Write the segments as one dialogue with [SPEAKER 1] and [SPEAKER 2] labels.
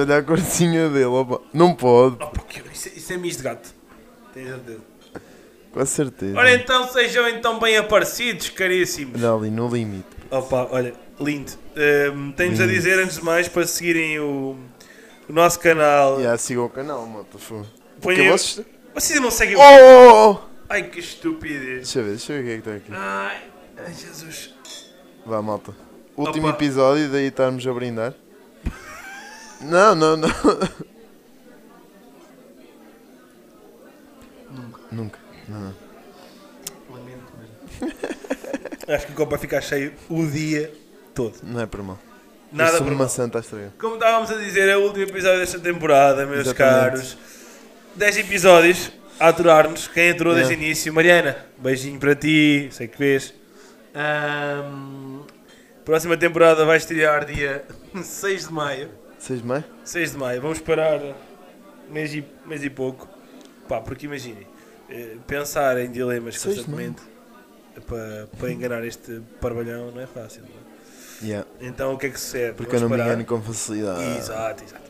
[SPEAKER 1] olha a corzinha dele, opa. Não pode,
[SPEAKER 2] Oh, porque isso, isso é misto de gato. Tenho certeza.
[SPEAKER 1] Uhum. com certeza.
[SPEAKER 2] Ora então, sejam então bem aparecidos, caríssimos.
[SPEAKER 1] Anda ali no limite.
[SPEAKER 2] Opa, olha, lindo. Ahm, Tenho-vos
[SPEAKER 1] Uhum.
[SPEAKER 2] a dizer, antes de mais, para seguirem o, o nosso canal.
[SPEAKER 1] E yeah, sigam o canal, malta. fogo.
[SPEAKER 2] Põe
[SPEAKER 1] Que
[SPEAKER 2] eu-
[SPEAKER 1] vocês-
[SPEAKER 2] Vocês não seguem
[SPEAKER 1] Oh, oh, oh!
[SPEAKER 2] Ai, que estupidez.
[SPEAKER 1] Deixa eu ver, deixa eu ver o que é que está aqui.
[SPEAKER 2] Ai, ai, Jesus.
[SPEAKER 1] Vá, malta. Último
[SPEAKER 2] Opa.
[SPEAKER 1] episódio, daí estarmos a brindar. Não, não, não. Nunca. Não, não.
[SPEAKER 2] Lamento mesmo. Acho que o copo vai ficar cheio o dia todo.
[SPEAKER 1] Não é para mal.
[SPEAKER 2] Nada
[SPEAKER 1] Eu sou
[SPEAKER 2] por
[SPEAKER 1] uma
[SPEAKER 2] mal.
[SPEAKER 1] santa a estragar.
[SPEAKER 2] Como estávamos a dizer, é o último episódio desta temporada, meus
[SPEAKER 1] Exatamente.
[SPEAKER 2] caros. 10 episódios a aturar-nos. Quem aturou
[SPEAKER 1] Yeah.
[SPEAKER 2] desde o início? Mariana, beijinho para ti, sei que vês. Ahm, próxima temporada vai estrear dia 6 de maio.
[SPEAKER 1] 6 de maio?
[SPEAKER 2] 6 de maio, vamos parar mês e, mês e pouco. Pá, porque imaginem, eh, pensar em dilemas
[SPEAKER 1] 6 de
[SPEAKER 2] constantemente para, para enganar este parvalhão não é fácil. não é?
[SPEAKER 1] Yeah.
[SPEAKER 2] Então o que é que sucede?
[SPEAKER 1] Porque
[SPEAKER 2] Vamos
[SPEAKER 1] eu não me
[SPEAKER 2] parar.
[SPEAKER 1] engano com facilidade.
[SPEAKER 2] Exato, exato.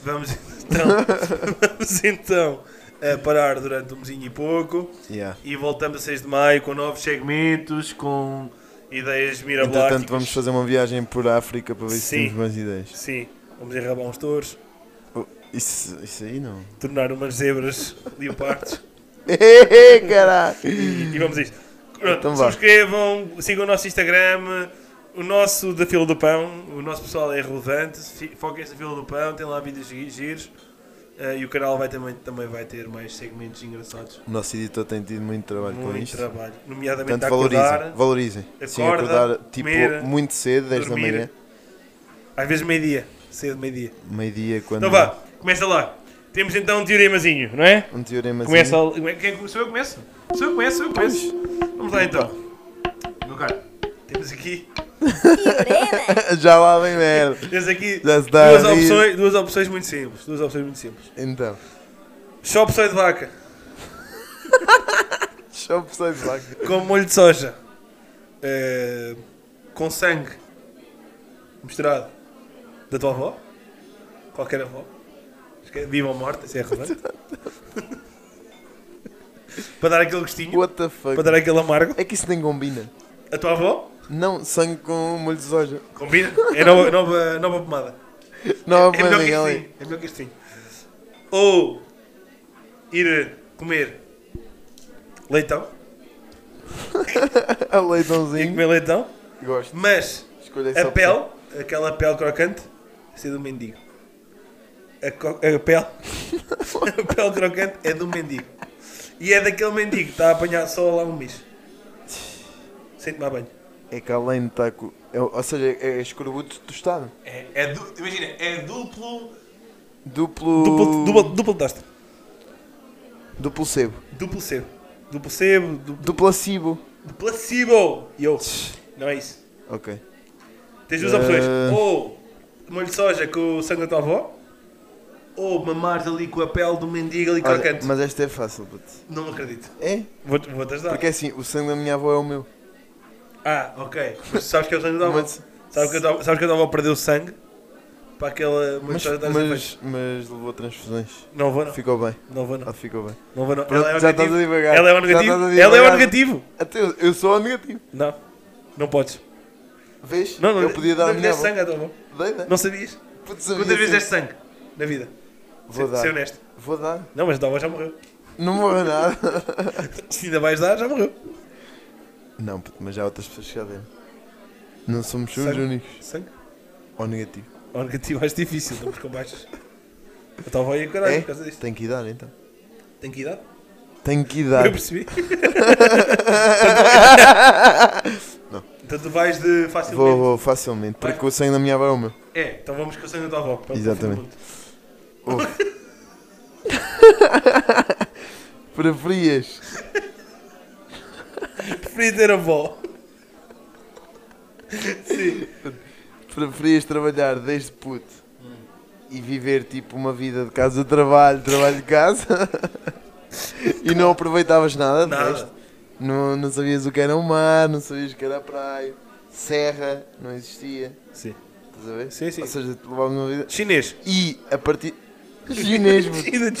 [SPEAKER 2] Vamos então, vamos então a parar durante um mesinho e pouco
[SPEAKER 1] Yeah.
[SPEAKER 2] e voltamos a 6 de maio com novos segmentos, com ideias mirabolásticas.
[SPEAKER 1] Entretanto, vamos fazer uma viagem por África para ver se
[SPEAKER 2] Sim.
[SPEAKER 1] temos mais ideias.
[SPEAKER 2] Sim, vamos enrabar uns touros.
[SPEAKER 1] Oh, Isso, isso aí não.
[SPEAKER 2] tornar umas zebras leopardos.
[SPEAKER 1] Caralho!
[SPEAKER 2] e vamos a isto. Pronto,
[SPEAKER 1] Então vá.
[SPEAKER 2] subscrevam, sigam o nosso Instagram, o nosso da Fila do Pão, o nosso pessoal é relevante, fi- foquem-se na Fila do Pão, tem lá vídeos gi- giros eh, e o canal vai também, também vai ter mais segmentos engraçados.
[SPEAKER 1] O nosso editor tem tido muito trabalho com
[SPEAKER 2] Muito
[SPEAKER 1] isto.
[SPEAKER 2] trabalho, nomeadamente
[SPEAKER 1] Portanto,
[SPEAKER 2] a
[SPEAKER 1] valorizem.
[SPEAKER 2] acordar,
[SPEAKER 1] valorizem. Sim,
[SPEAKER 2] acorda,
[SPEAKER 1] acordar tipo
[SPEAKER 2] comer,
[SPEAKER 1] muito cedo, 10
[SPEAKER 2] dormir.
[SPEAKER 1] da manhã,
[SPEAKER 2] às vezes meio-dia, cedo meio-dia.
[SPEAKER 1] meio-dia, quando.
[SPEAKER 2] Então vá, começa lá. Temos então um teoremazinho, não é?
[SPEAKER 1] Um teorema
[SPEAKER 2] Começa a... Quem começou eu começo. Sou eu que começo, sou eu que começo. Vamos lá então. Meu caro, temos aqui,
[SPEAKER 1] Já lá vem merda.
[SPEAKER 2] temos aqui
[SPEAKER 1] Já se dá
[SPEAKER 2] duas,
[SPEAKER 1] a rir.
[SPEAKER 2] opções, duas opções muito simples. Duas opções muito simples.
[SPEAKER 1] Então,
[SPEAKER 2] Chop soy de vaca
[SPEAKER 1] só pessoas lá. que-
[SPEAKER 2] com molho de soja. eh, com sangue misturado da tua avó. Qualquer avó. Esque- Viva ou morta, isso é relevante. Para dar aquele gostinho,
[SPEAKER 1] What the fuck?
[SPEAKER 2] para dar aquele amargo.
[SPEAKER 1] É que isso nem combina.
[SPEAKER 2] A tua avó,
[SPEAKER 1] Não, sangue com molho de soja.
[SPEAKER 2] combina. É nova, nova, nova pomada.
[SPEAKER 1] Não, mas
[SPEAKER 2] É melhor que
[SPEAKER 1] ninguém
[SPEAKER 2] assim.
[SPEAKER 1] ali.
[SPEAKER 2] É melhor que assim. Ou ir comer leitão.
[SPEAKER 1] A É
[SPEAKER 2] Ir
[SPEAKER 1] leitãozinho.
[SPEAKER 2] comer leitão.
[SPEAKER 1] Gosto.
[SPEAKER 2] Mas
[SPEAKER 1] Escolha essa
[SPEAKER 2] É a pele, aquela pele crocante, é do mendigo. A, co- a pele. a pele crocante é do mendigo. E é daquele mendigo que está a apanhar só lá um mês. Sente-me a banho.
[SPEAKER 1] opção. É que além de estar com. é- ou seja, é escorbuto tostado.
[SPEAKER 2] É, é du- imagina, é duplo.
[SPEAKER 1] Duplo.
[SPEAKER 2] Duplo, duplo, duplo tosta.
[SPEAKER 1] Duplo sebo.
[SPEAKER 2] Duplo sebo. Duplo sebo, duplo
[SPEAKER 1] Duplo acebo.
[SPEAKER 2] placebo. E eu. Não é isso.
[SPEAKER 1] Ok.
[SPEAKER 2] Tens duas
[SPEAKER 1] Eh.
[SPEAKER 2] opções. Ou molho de soja com o sangue da tua avó, ou mamares ali com a pele do mendigo ali
[SPEAKER 1] Olha,
[SPEAKER 2] crocante.
[SPEAKER 1] mas esta é fácil, puto.
[SPEAKER 2] Não acredito.
[SPEAKER 1] É?
[SPEAKER 2] Vou-te vou ajudar.
[SPEAKER 1] Porque assim, o sangue da minha avó é o meu.
[SPEAKER 2] Ah, ok. Mas sabes que é o sangue da tua avó.
[SPEAKER 1] Mas-
[SPEAKER 2] Sabes que a tua- sabes que a tua avó perdeu sangue para aquela molho de
[SPEAKER 1] Mas,
[SPEAKER 2] soja dar
[SPEAKER 1] mas, mas levou transfusões.
[SPEAKER 2] Não vou não.
[SPEAKER 1] Ficou bem.
[SPEAKER 2] Não vou não.
[SPEAKER 1] Ah, ficou bem.
[SPEAKER 2] Não vou não.
[SPEAKER 1] Pronto,
[SPEAKER 2] Ela é o
[SPEAKER 1] já estás
[SPEAKER 2] negativo.
[SPEAKER 1] a devagar.
[SPEAKER 2] Ela é o negativo. Ela é o negativo.
[SPEAKER 1] Até eu, eu sou o negativo.
[SPEAKER 2] Não. Não podes.
[SPEAKER 1] Vês?
[SPEAKER 2] Não, não.
[SPEAKER 1] eu podia dar
[SPEAKER 2] não
[SPEAKER 1] a minha
[SPEAKER 2] deste
[SPEAKER 1] avó.
[SPEAKER 2] sangue à tua avó.
[SPEAKER 1] Dei, né?
[SPEAKER 2] Não sabias?
[SPEAKER 1] Putz, sabia
[SPEAKER 2] Quantas vezes
[SPEAKER 1] sim.
[SPEAKER 2] deste sangue na vida?
[SPEAKER 1] Vou
[SPEAKER 2] Ser-
[SPEAKER 1] dar.
[SPEAKER 2] Ser honesto.
[SPEAKER 1] Vou dar.
[SPEAKER 2] Não, mas a tua avó já morreu.
[SPEAKER 1] Não morro nada.
[SPEAKER 2] Se ainda vais dar, já morreu.
[SPEAKER 1] não, puto, mas há outras pessoas que já deram. Não somos os
[SPEAKER 2] Sangue.
[SPEAKER 1] únicos.
[SPEAKER 2] Sangue?
[SPEAKER 1] Ou negativo.
[SPEAKER 2] Ou negativo, acho difícil, estamos com baixas. A tua avó ia caralho
[SPEAKER 1] É?
[SPEAKER 2] por causa disto.
[SPEAKER 1] Tenho que ir dar então.
[SPEAKER 2] Tem que idade?
[SPEAKER 1] Tenho que ir dar.
[SPEAKER 2] Eu percebi. Então tu vais de facilmente.
[SPEAKER 1] vou, vou facilmente. Porque o sangue da minha avó é o meu.
[SPEAKER 2] É, então vamos com o sangue da tua avó. para-
[SPEAKER 1] Exatamente.
[SPEAKER 2] para o
[SPEAKER 1] Preferias
[SPEAKER 2] fundo. Preferi ter avó. Sim.
[SPEAKER 1] Preferias trabalhar desde puto e viver tipo uma vida de casa de trabalho, trabalho de casa e não aproveitavas nada, de
[SPEAKER 2] Nada.
[SPEAKER 1] resto? Não, não sabias o que era o mar, não sabias o que era a praia, serra, não existia.
[SPEAKER 2] Sim.
[SPEAKER 1] Estás a ver?
[SPEAKER 2] Sim, sim.
[SPEAKER 1] Ou seja, levámos uma vida.
[SPEAKER 2] Chinês.
[SPEAKER 1] E a partir. Chinês, puto.
[SPEAKER 2] Vida de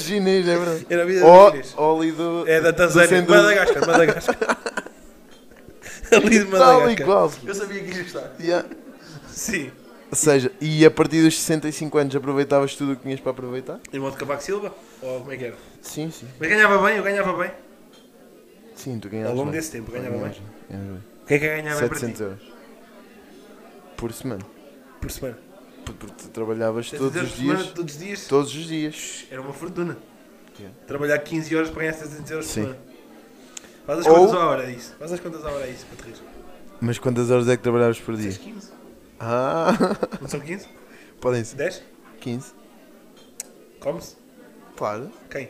[SPEAKER 1] Chinês, é verdade.
[SPEAKER 2] Era a vida de chinês.
[SPEAKER 1] Ó, ali do.
[SPEAKER 2] Oh, É da
[SPEAKER 1] do
[SPEAKER 2] Tanzânia.
[SPEAKER 1] centro-
[SPEAKER 2] Madagascar, Madagascar. Ali de
[SPEAKER 1] Tal e
[SPEAKER 2] Madagascar.
[SPEAKER 1] qual.
[SPEAKER 2] Eu sabia que ia estar.
[SPEAKER 1] Yeah.
[SPEAKER 2] Sim.
[SPEAKER 1] Ou seja, e a partir dos 65 anos aproveitavas tudo o que tinhas para aproveitar?
[SPEAKER 2] Irmão de Cavaco Silva? Ou como é que era?
[SPEAKER 1] Sim, sim.
[SPEAKER 2] Mas ganhava bem, eu ganhava bem.
[SPEAKER 1] Sim, tu ganhavas.
[SPEAKER 2] Ao longo
[SPEAKER 1] bem.
[SPEAKER 2] desse tempo, ganhava
[SPEAKER 1] Ganhavas
[SPEAKER 2] bem.
[SPEAKER 1] bem, ganhavas bem.
[SPEAKER 2] O que é que eu ganhava bem para
[SPEAKER 1] 700
[SPEAKER 2] ti?
[SPEAKER 1] euros. Por semana.
[SPEAKER 2] Por semana.
[SPEAKER 1] Por- Porque tu trabalhavas todos
[SPEAKER 2] 700
[SPEAKER 1] os
[SPEAKER 2] por semana,
[SPEAKER 1] dias.
[SPEAKER 2] Todos os dias.
[SPEAKER 1] Todos os dias.
[SPEAKER 2] Era uma fortuna.
[SPEAKER 1] Yeah.
[SPEAKER 2] Trabalhar 15 horas para ganhar 700 euros por
[SPEAKER 1] Sim.
[SPEAKER 2] semana. Faz as
[SPEAKER 1] Ou-
[SPEAKER 2] contas à hora disso. Faz as contas à hora é disso para te rir.
[SPEAKER 1] Mas quantas horas é que trabalhavas por dia?
[SPEAKER 2] Tens 15.
[SPEAKER 1] Ah,
[SPEAKER 2] Não são 15?
[SPEAKER 1] podem ser
[SPEAKER 2] 10?
[SPEAKER 1] 15.
[SPEAKER 2] Come-se?
[SPEAKER 1] Claro.
[SPEAKER 2] Quem?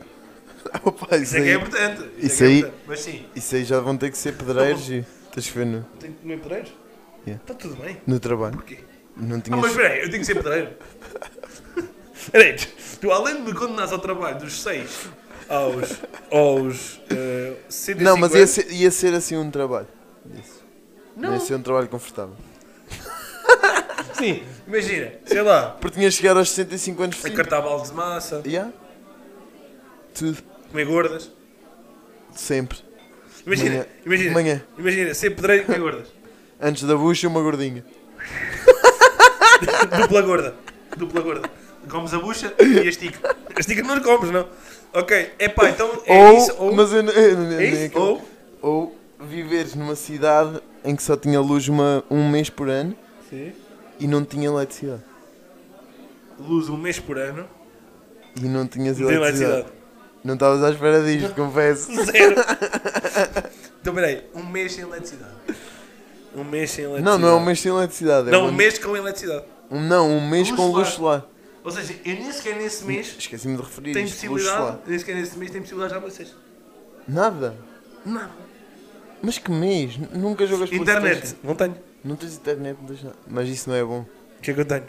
[SPEAKER 1] Ah, pá,
[SPEAKER 2] Isso
[SPEAKER 1] isso,
[SPEAKER 2] é que é
[SPEAKER 1] aí,
[SPEAKER 2] importante.
[SPEAKER 1] isso
[SPEAKER 2] é que
[SPEAKER 1] aí-
[SPEAKER 2] é Tá importante. Mas sim,
[SPEAKER 1] isso aí já vão ter que ser pedreiros e tens que ver no,
[SPEAKER 2] tenho que comer pedreiros.
[SPEAKER 1] Yeah.
[SPEAKER 2] Está tudo bem.
[SPEAKER 1] no trabalho.
[SPEAKER 2] Porquê?
[SPEAKER 1] Não
[SPEAKER 2] Ah, mas
[SPEAKER 1] tinhas.
[SPEAKER 2] espera aí, eu tenho que ser pedreiro. Espera aí, tu além de me condenares ao trabalho dos 6 aos, aos eh, 105
[SPEAKER 1] Não, mas ia
[SPEAKER 2] anos,
[SPEAKER 1] ser, ia ser assim um trabalho. Isso.
[SPEAKER 2] Não.
[SPEAKER 1] Ia ser um trabalho confortável.
[SPEAKER 2] Sim, imagina, sei lá,
[SPEAKER 1] Porque tinhas de chegar aos 65 anos.
[SPEAKER 2] a cartar balde de massa,
[SPEAKER 1] Yeah. Tudo.
[SPEAKER 2] comer gordas.
[SPEAKER 1] Sempre.
[SPEAKER 2] Imagina,
[SPEAKER 1] Manhã.
[SPEAKER 2] imagina,
[SPEAKER 1] Manhã.
[SPEAKER 2] imagina, ser pedreiro e comer gordas.
[SPEAKER 1] Antes da bucha, uma gordinha.
[SPEAKER 2] Dupla gorda. Dupla gorda. Comes a bucha e a estica. A estica não comes, não. Ok, é pá, então é
[SPEAKER 1] ou,
[SPEAKER 2] isso. Ou,
[SPEAKER 1] Mas eu, não- eu não-
[SPEAKER 2] é
[SPEAKER 1] nem
[SPEAKER 2] isso,
[SPEAKER 1] aquilo.
[SPEAKER 2] ou
[SPEAKER 1] Ou viveres numa cidade em que só tinha luz uma, um mês por ano
[SPEAKER 2] sim.
[SPEAKER 1] e não tinha eletricidade.
[SPEAKER 2] luz um mês por ano,
[SPEAKER 1] E não tinhas
[SPEAKER 2] de
[SPEAKER 1] eletricidade.
[SPEAKER 2] eletricidade.
[SPEAKER 1] Não estavas à espera disto, confesso.
[SPEAKER 2] Zero. então peraí, um mês sem eletricidade. Um mês sem eletricidade.
[SPEAKER 1] Não, não é um mês sem eletricidade. é
[SPEAKER 2] Não,
[SPEAKER 1] um
[SPEAKER 2] um
[SPEAKER 1] ano-
[SPEAKER 2] mês com eletricidade.
[SPEAKER 1] um- Não, um mês
[SPEAKER 2] Luz
[SPEAKER 1] com luz
[SPEAKER 2] solar.
[SPEAKER 1] solar.
[SPEAKER 2] Ou seja, eu nem sequer nesse mês
[SPEAKER 1] Esqueci-me de referir
[SPEAKER 2] tenho
[SPEAKER 1] isto, luz solar.
[SPEAKER 2] possibilidade, nem sequer nesse mês tenho possibilidade de já vocês.
[SPEAKER 1] Nada.
[SPEAKER 2] Não.
[SPEAKER 1] Mas que mês? N- Nunca jogas com
[SPEAKER 2] Internet, não tenho.
[SPEAKER 1] Não tens internet, não tens nada. Mas isso não é bom.
[SPEAKER 2] O que é que eu tenho?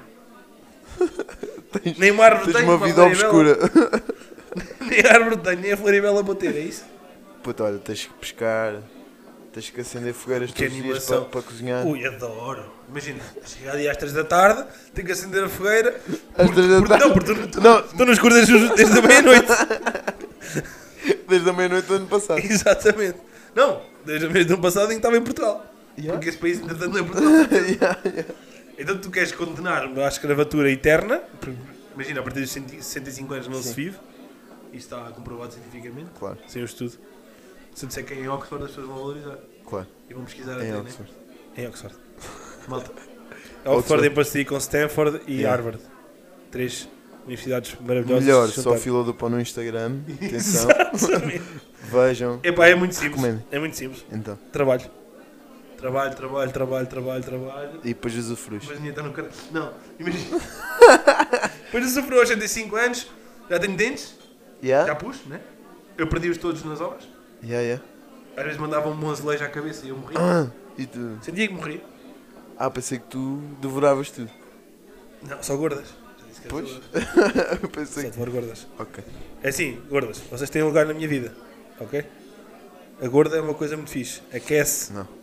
[SPEAKER 1] Tens,
[SPEAKER 2] Nem uma árvore
[SPEAKER 1] tens
[SPEAKER 2] tenho.
[SPEAKER 1] uma
[SPEAKER 2] para
[SPEAKER 1] vida
[SPEAKER 2] Floribela.
[SPEAKER 1] obscura.
[SPEAKER 2] Nem árvore tenho, nem a Floribela a bater, é isso?
[SPEAKER 1] Puta, olha, tens que pescar, tens que acender fogueiras
[SPEAKER 2] Que
[SPEAKER 1] todos os dias
[SPEAKER 2] animação.
[SPEAKER 1] para, para cozinhar.
[SPEAKER 2] Ui, adoro. Imagina, chegar ali às 3 da tarde, tenho que acender a fogueira.
[SPEAKER 1] Às
[SPEAKER 2] porque-
[SPEAKER 1] três da
[SPEAKER 2] porque-
[SPEAKER 1] tarde.
[SPEAKER 2] Não, porque tu- tu-
[SPEAKER 1] Não.
[SPEAKER 2] tu nos curtas desde a meia-noite.
[SPEAKER 1] Desde a meia-noite do ano passado.
[SPEAKER 2] Exatamente. Não, desde a vez do ano passado em que estava em Portugal.
[SPEAKER 1] Yeah.
[SPEAKER 2] Porque esse país ainda está em Portugal.
[SPEAKER 1] Yeah, yeah.
[SPEAKER 2] Então tu queres condenar-me à escravatura é eterna, porque, imagina, a partir dos 100 65 anos não se
[SPEAKER 1] Sim.
[SPEAKER 2] vive, isto está comprovado cientificamente,
[SPEAKER 1] Claro,
[SPEAKER 2] sem o estudo. Se eu disser que é em Oxford as pessoas vão valorizar
[SPEAKER 1] claro. É
[SPEAKER 2] e vão pesquisar
[SPEAKER 1] Em
[SPEAKER 2] até,
[SPEAKER 1] Oxford.
[SPEAKER 2] né? Em Oxford. Malta. Oxford em parceria com Stanford e
[SPEAKER 1] Yeah.
[SPEAKER 2] Harvard. Três universidades maravilhosas.
[SPEAKER 1] Melhor,
[SPEAKER 2] de
[SPEAKER 1] só
[SPEAKER 2] juntar.
[SPEAKER 1] fila do pão no Instagram. Atenção,
[SPEAKER 2] Exatamente.
[SPEAKER 1] vejam.
[SPEAKER 2] Epá, é muito simples.
[SPEAKER 1] Recomendo.
[SPEAKER 2] É muito simples.
[SPEAKER 1] Então,
[SPEAKER 2] Trabalho. Trabalho, trabalho, trabalho, trabalho, trabalho.
[SPEAKER 1] e depois usufruis.
[SPEAKER 2] Depois a minha está no cara. Não, imagina. Depois eu sofro aos 85 anos, já tenho dentes, já
[SPEAKER 1] Yeah?
[SPEAKER 2] pus, né? Eu perdi-os todos nas obras.
[SPEAKER 1] Yeah, yeah.
[SPEAKER 2] Às vezes mandavam-me um azulejo à cabeça e eu morria.
[SPEAKER 1] Ah, e tu?
[SPEAKER 2] Sentia que morria.
[SPEAKER 1] Ah, pensei que tu devoravas tudo.
[SPEAKER 2] Não, só gordas. Já disse que era
[SPEAKER 1] Pois.
[SPEAKER 2] só gordas. Só
[SPEAKER 1] pensei que.
[SPEAKER 2] devoro gordas.
[SPEAKER 1] Ok.
[SPEAKER 2] É assim, gordas, vocês têm lugar na minha vida, ok? A gorda é uma coisa muito fixe. Aquece.
[SPEAKER 1] Não.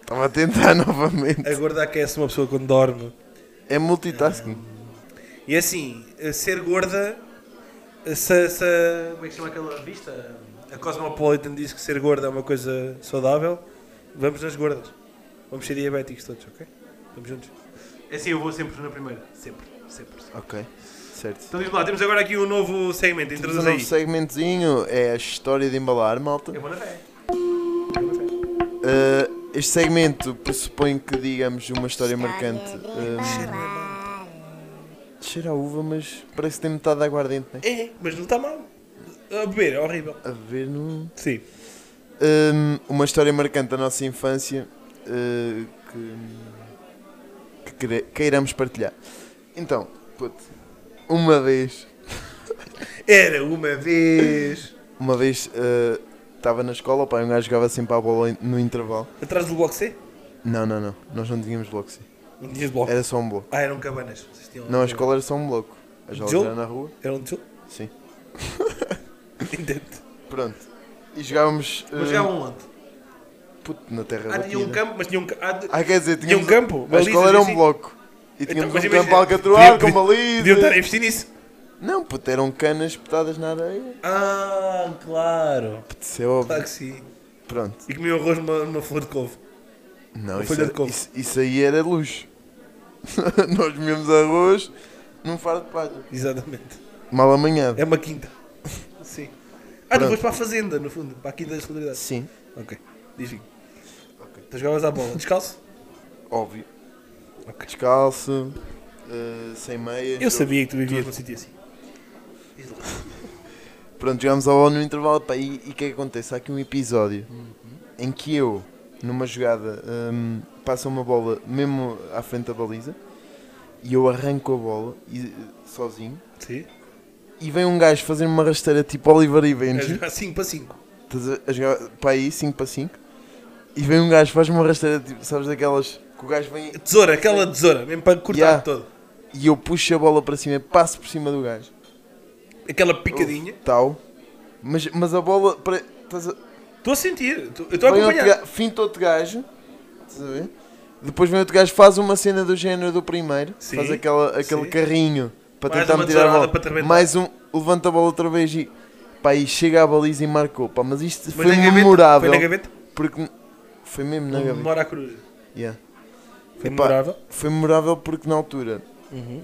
[SPEAKER 1] Estava a tentar novamente.
[SPEAKER 2] A gorda aquece uma pessoa quando dorme.
[SPEAKER 1] É multitasking.
[SPEAKER 2] E assim, eh, ser gorda, eh, se, se- como é que chama aquela revista? A Cosmopolitan diz que ser gorda é uma coisa saudável. Vamos nas gordas. Vamos ser diabéticos todos, ok? Vamos juntos. É assim, eu vou sempre na primeira. Sempre, sempre. sempre.
[SPEAKER 1] Ok, certo.
[SPEAKER 2] Então diz lá, temos agora aqui um novo segmento.
[SPEAKER 1] Temos
[SPEAKER 2] Introduz
[SPEAKER 1] um
[SPEAKER 2] aí.
[SPEAKER 1] novo segmentozinho, é a história de embalar, malta.
[SPEAKER 2] Eu vou na fé.
[SPEAKER 1] Uh, este segmento pressupõe que digamos uma história marcante. Um, cheira a uva, mas parece que tem metade da aguardente, né?
[SPEAKER 2] É, mas não está mal. A beber é horrível.
[SPEAKER 1] A ver no.
[SPEAKER 2] Sim.
[SPEAKER 1] Um, uma história marcante da nossa infância uh, que, que quere- queiramos partilhar. Então, puto, uma vez,
[SPEAKER 2] Era uma vez.
[SPEAKER 1] uma vez uh, estava na escola, o pai um gajo jogava sempre a bola in- no intervalo.
[SPEAKER 2] Atrás do bloco C?
[SPEAKER 1] Não, não, não, nós não tínhamos bloco, sim.
[SPEAKER 2] Não tinhas bloco.
[SPEAKER 1] Era só um bloco.
[SPEAKER 2] Ah, eram cabanas. Vocês tinham-
[SPEAKER 1] Não, a escola era só um bloco. A jaula
[SPEAKER 2] Jogo?
[SPEAKER 1] era na rua,
[SPEAKER 2] Eram de jogo.
[SPEAKER 1] sim.
[SPEAKER 2] Entendo.
[SPEAKER 1] Pronto. E jogávamos. eh,
[SPEAKER 2] Mas jogavam onde?
[SPEAKER 1] puto, na terra
[SPEAKER 2] um Ah, tinha um
[SPEAKER 1] batida.
[SPEAKER 2] campo, mas tinha um campo.
[SPEAKER 1] Ah, quer dizer,
[SPEAKER 2] Tinha um
[SPEAKER 1] tínhamos...
[SPEAKER 2] campo,
[SPEAKER 1] A escola
[SPEAKER 2] balizas
[SPEAKER 1] era
[SPEAKER 2] e
[SPEAKER 1] um
[SPEAKER 2] assim.
[SPEAKER 1] bloco. E tínhamos
[SPEAKER 2] mas
[SPEAKER 1] um
[SPEAKER 2] imagina,
[SPEAKER 1] campo alcatroado, com
[SPEAKER 2] deviam- Deviam estar a
[SPEAKER 1] balizas...
[SPEAKER 2] investir nisso.
[SPEAKER 1] Não, puto, eram canas petadas na areia.
[SPEAKER 2] Ah, claro.
[SPEAKER 1] Puto, Isso é óbvio.
[SPEAKER 2] Claro que sim.
[SPEAKER 1] Pronto.
[SPEAKER 2] E comi um arroz numa, numa flor de couve.
[SPEAKER 1] Não,
[SPEAKER 2] Uma
[SPEAKER 1] isso, é-
[SPEAKER 2] folha de couve.
[SPEAKER 1] isso, isso aí era luxo. Nós comíamos arroz num fardo de palha.
[SPEAKER 2] Exatamente.
[SPEAKER 1] Mal amanhado.
[SPEAKER 2] É uma quinta. Sim. Ah,
[SPEAKER 1] Pronto.
[SPEAKER 2] depois para a fazenda, no fundo. Para a quinta da solidariedade.
[SPEAKER 1] Sim,
[SPEAKER 2] Ok. Diz-me. Tu jogavas à bola. Descalço?
[SPEAKER 1] óbvio.
[SPEAKER 2] Ok.
[SPEAKER 1] Descalço, eh, sem meia.
[SPEAKER 2] Eu sabia que tu vivias num sítio assim. Diz lá.
[SPEAKER 1] Pronto, chegámos ao bola no intervalo pá, e e o que é que acontece? Há aqui um episódio em que eu, numa jogada, hum, passo uma bola mesmo à frente da baliza e eu arranco a bola e- sozinho
[SPEAKER 2] Sim.
[SPEAKER 1] e vem um gajo fazer uma rasteira tipo Oliver e Benji,
[SPEAKER 2] 5 para 5.
[SPEAKER 1] estás a- a jogar para aí 5 para 5 e vem um gajo faz uma rasteira tipo, sabes daquelas que o gajo vem
[SPEAKER 2] Tesoura, aquela tesoura, mesmo para cortar
[SPEAKER 1] Yeah.
[SPEAKER 2] todo.
[SPEAKER 1] e eu puxo a bola para cima, passo por cima do gajo.
[SPEAKER 2] Aquela picadinha.
[SPEAKER 1] Tal. Mas, mas a bola. Para, estás a,
[SPEAKER 2] Estou a sentir, estou- eu estou a
[SPEAKER 1] vem outro
[SPEAKER 2] acompanhar.
[SPEAKER 1] ga- finta outro gajo. Estás a ver? Depois vem outro gajo, faz uma cena do género do primeiro.
[SPEAKER 2] Sim,
[SPEAKER 1] faz aquela, aquele
[SPEAKER 2] sim.
[SPEAKER 1] carrinho para
[SPEAKER 2] Mais
[SPEAKER 1] tentar
[SPEAKER 2] uma
[SPEAKER 1] meter a
[SPEAKER 2] tesourada
[SPEAKER 1] bola.
[SPEAKER 2] para te arrebentar.
[SPEAKER 1] Mais um, levanta a bola outra vez e. Pá, e chega à baliza e marcou. Pá, mas isto
[SPEAKER 2] Mas
[SPEAKER 1] foi
[SPEAKER 2] na gaveta?
[SPEAKER 1] memorável.
[SPEAKER 2] Foi na gaveta?
[SPEAKER 1] Porque. n- Foi mesmo na gaveta.
[SPEAKER 2] Mora a cruz.
[SPEAKER 1] Yeah.
[SPEAKER 2] Foi
[SPEAKER 1] Epá,
[SPEAKER 2] memorável.
[SPEAKER 1] Foi memorável porque na altura.
[SPEAKER 2] Uhum.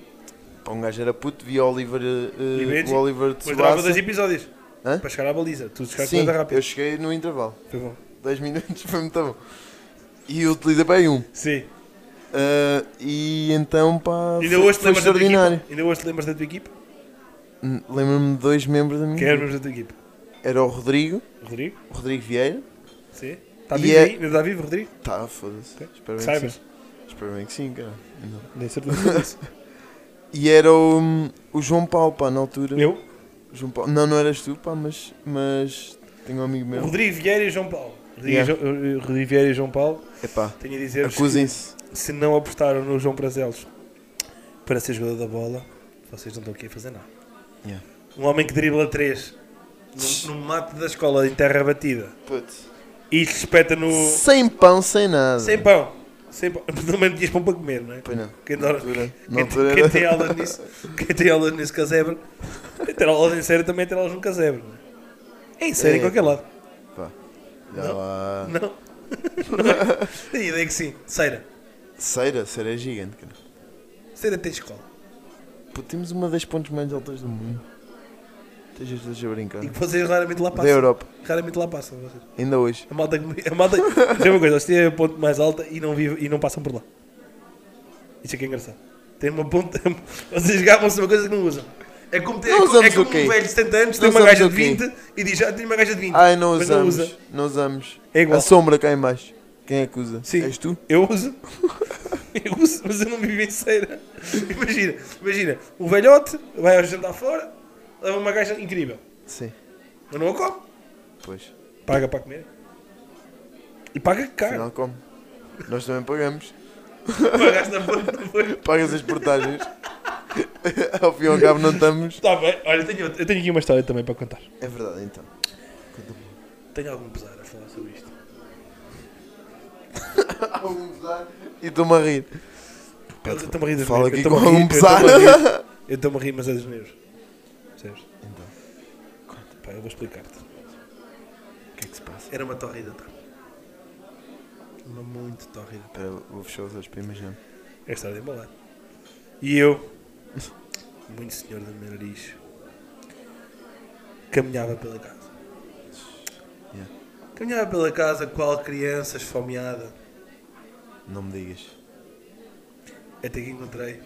[SPEAKER 1] Pá, um gajo era puto, via Oliver, eh,
[SPEAKER 2] E Benji?
[SPEAKER 1] o Oliver de
[SPEAKER 2] Mas durava dois
[SPEAKER 1] Suaça.
[SPEAKER 2] episódios.
[SPEAKER 1] Hã?
[SPEAKER 2] Para chegar à baliza. Tu chegaste
[SPEAKER 1] Sim,
[SPEAKER 2] nada rápido.
[SPEAKER 1] eu cheguei no intervalo.
[SPEAKER 2] Foi bom.
[SPEAKER 1] 10 minutos foi muito bom. E utilizei bem um.
[SPEAKER 2] Sim.
[SPEAKER 1] Ah, e então, pá,
[SPEAKER 2] Ainda
[SPEAKER 1] foi,
[SPEAKER 2] hoje te
[SPEAKER 1] foi
[SPEAKER 2] lembras da tua
[SPEAKER 1] extraordinário.
[SPEAKER 2] equipa? Ainda hoje te lembras da tua equipa?
[SPEAKER 1] Hum, Lembro-me de dois membros da minha
[SPEAKER 2] Quem é
[SPEAKER 1] equipa.
[SPEAKER 2] membros da tua equipa?
[SPEAKER 1] Era o Rodrigo,
[SPEAKER 2] Rodrigo?
[SPEAKER 1] o Rodrigo Vieira.
[SPEAKER 2] Sim. Está
[SPEAKER 1] E
[SPEAKER 2] vivo
[SPEAKER 1] é-
[SPEAKER 2] aí? Ainda está vivo, Rodrigo?
[SPEAKER 1] Tá, foda-se.
[SPEAKER 2] Ok.
[SPEAKER 1] Espero bem que
[SPEAKER 2] Saibas.
[SPEAKER 1] sim. Espero bem que sim, cara. Não.
[SPEAKER 2] Nem certeza disso.
[SPEAKER 1] E era o, hum, o João Paulo, pá, na altura.
[SPEAKER 2] Eu?
[SPEAKER 1] João Paulo. Não, não eras tu, pá, mas, mas tenho um amigo meu.
[SPEAKER 2] Rodrigo Vieira e João Paulo. Rodrigo,
[SPEAKER 1] Yeah.
[SPEAKER 2] e Jo- Rodrigo Vieira e João Paulo.
[SPEAKER 1] Epá,
[SPEAKER 2] Tenho a dizer-vos que
[SPEAKER 1] acusem-se.
[SPEAKER 2] se não apostaram no João Prazelos para ser jogador da bola, vocês não estão aqui a fazer nada.
[SPEAKER 1] Yeah.
[SPEAKER 2] Um homem que dribla 3 no, no mato da escola em terra batida
[SPEAKER 1] Putz.
[SPEAKER 2] e se espeta no.
[SPEAKER 1] Sem pão, sem nada.
[SPEAKER 2] Sem pão. Sem pão. Também não tinhas pão para comer, não é?
[SPEAKER 1] Pois não.
[SPEAKER 2] Quem, adora-
[SPEAKER 1] altura- na
[SPEAKER 2] quem,
[SPEAKER 1] altura
[SPEAKER 2] tem- quem
[SPEAKER 1] era-
[SPEAKER 2] tem aulas nisso, quem tem aulas nesse casebre, ter aulas em sério também ter aulas num casebre. não É em
[SPEAKER 1] É.
[SPEAKER 2] sério,
[SPEAKER 1] Ah.
[SPEAKER 2] em qualquer lado.
[SPEAKER 1] Pá, olha lá.
[SPEAKER 2] Não? Não é? Tenho a ideia que sim. Seira.
[SPEAKER 1] Ceira, Ceira é gigante, cara.
[SPEAKER 2] Seira tem escola.
[SPEAKER 1] Pô, temos uma das pontes mais altas do mundo. Estejas todos a brincar.
[SPEAKER 2] E que vocês raramente lá
[SPEAKER 1] Da
[SPEAKER 2] passam.
[SPEAKER 1] Europa,
[SPEAKER 2] Raramente lá passam. vocês.
[SPEAKER 1] ainda hoje.
[SPEAKER 2] A malta. que- A malta Diz uma coisa, vocês têm a ponte mais alta e não, vivem, e não passam por lá. Isso é que é engraçado. Tem uma ponte. Vocês gabam-se de uma coisa que não usam. É como, ter,
[SPEAKER 1] Não
[SPEAKER 2] é como-
[SPEAKER 1] usamos
[SPEAKER 2] é como
[SPEAKER 1] o quê?
[SPEAKER 2] um velho de 70 anos
[SPEAKER 1] Não
[SPEAKER 2] tem uma
[SPEAKER 1] usamos
[SPEAKER 2] gaja
[SPEAKER 1] o
[SPEAKER 2] de
[SPEAKER 1] quê? Ah.
[SPEAKER 2] 20 e diz já tenho uma gaja de 20.
[SPEAKER 1] Ai, não
[SPEAKER 2] mas não
[SPEAKER 1] usamos.
[SPEAKER 2] usa.
[SPEAKER 1] Não usamos.
[SPEAKER 2] É igual.
[SPEAKER 1] A sombra cá em baixo. Quem é que usa?
[SPEAKER 2] Sim.
[SPEAKER 1] És tu?
[SPEAKER 2] Eu uso. Eu uso, mas eu não vivo em ceira. Imagina, imagina, o velhote vai ao jantar fora, leva uma gaja incrível.
[SPEAKER 1] Sim.
[SPEAKER 2] Mas não a come.
[SPEAKER 1] Pois.
[SPEAKER 2] Paga para comer. E paga caro.
[SPEAKER 1] Afinal, como? Nós também pagamos.
[SPEAKER 2] Pagaste na ponte, não foi?
[SPEAKER 1] Pagas as portagens. Ao fim e ao cabo não estamos.
[SPEAKER 2] Está Tá bem. Olha, eu tenho, outra- eu tenho aqui uma história também para contar.
[SPEAKER 1] É verdade, então.
[SPEAKER 2] Tenho algum pesar a falar sobre isto.
[SPEAKER 1] Algum pesar. E estou-me a rir.
[SPEAKER 2] Eu estou-me a rir das
[SPEAKER 1] Fala
[SPEAKER 2] neiras.
[SPEAKER 1] aqui
[SPEAKER 2] Eu
[SPEAKER 1] com
[SPEAKER 2] estou-me a rir-
[SPEAKER 1] algum
[SPEAKER 2] eu estou-me a rir-
[SPEAKER 1] pesar.
[SPEAKER 2] Eu estou-me a rir, mas é dos meus. Percebes?
[SPEAKER 1] Então,
[SPEAKER 2] Pá, eu vou explicar-te.
[SPEAKER 1] o que é que se passa?
[SPEAKER 2] Era uma torrida, tá? Uma muito torrida.
[SPEAKER 1] Espera, vou fechar os olhos para imaginar.
[SPEAKER 2] É estar de embalar. E eu, muito senhor do meu nariz, caminhava pela casa.
[SPEAKER 1] Yeah.
[SPEAKER 2] Caminhava pela casa, qual criança esfomeada,
[SPEAKER 1] Não me digas.
[SPEAKER 2] até que encontrei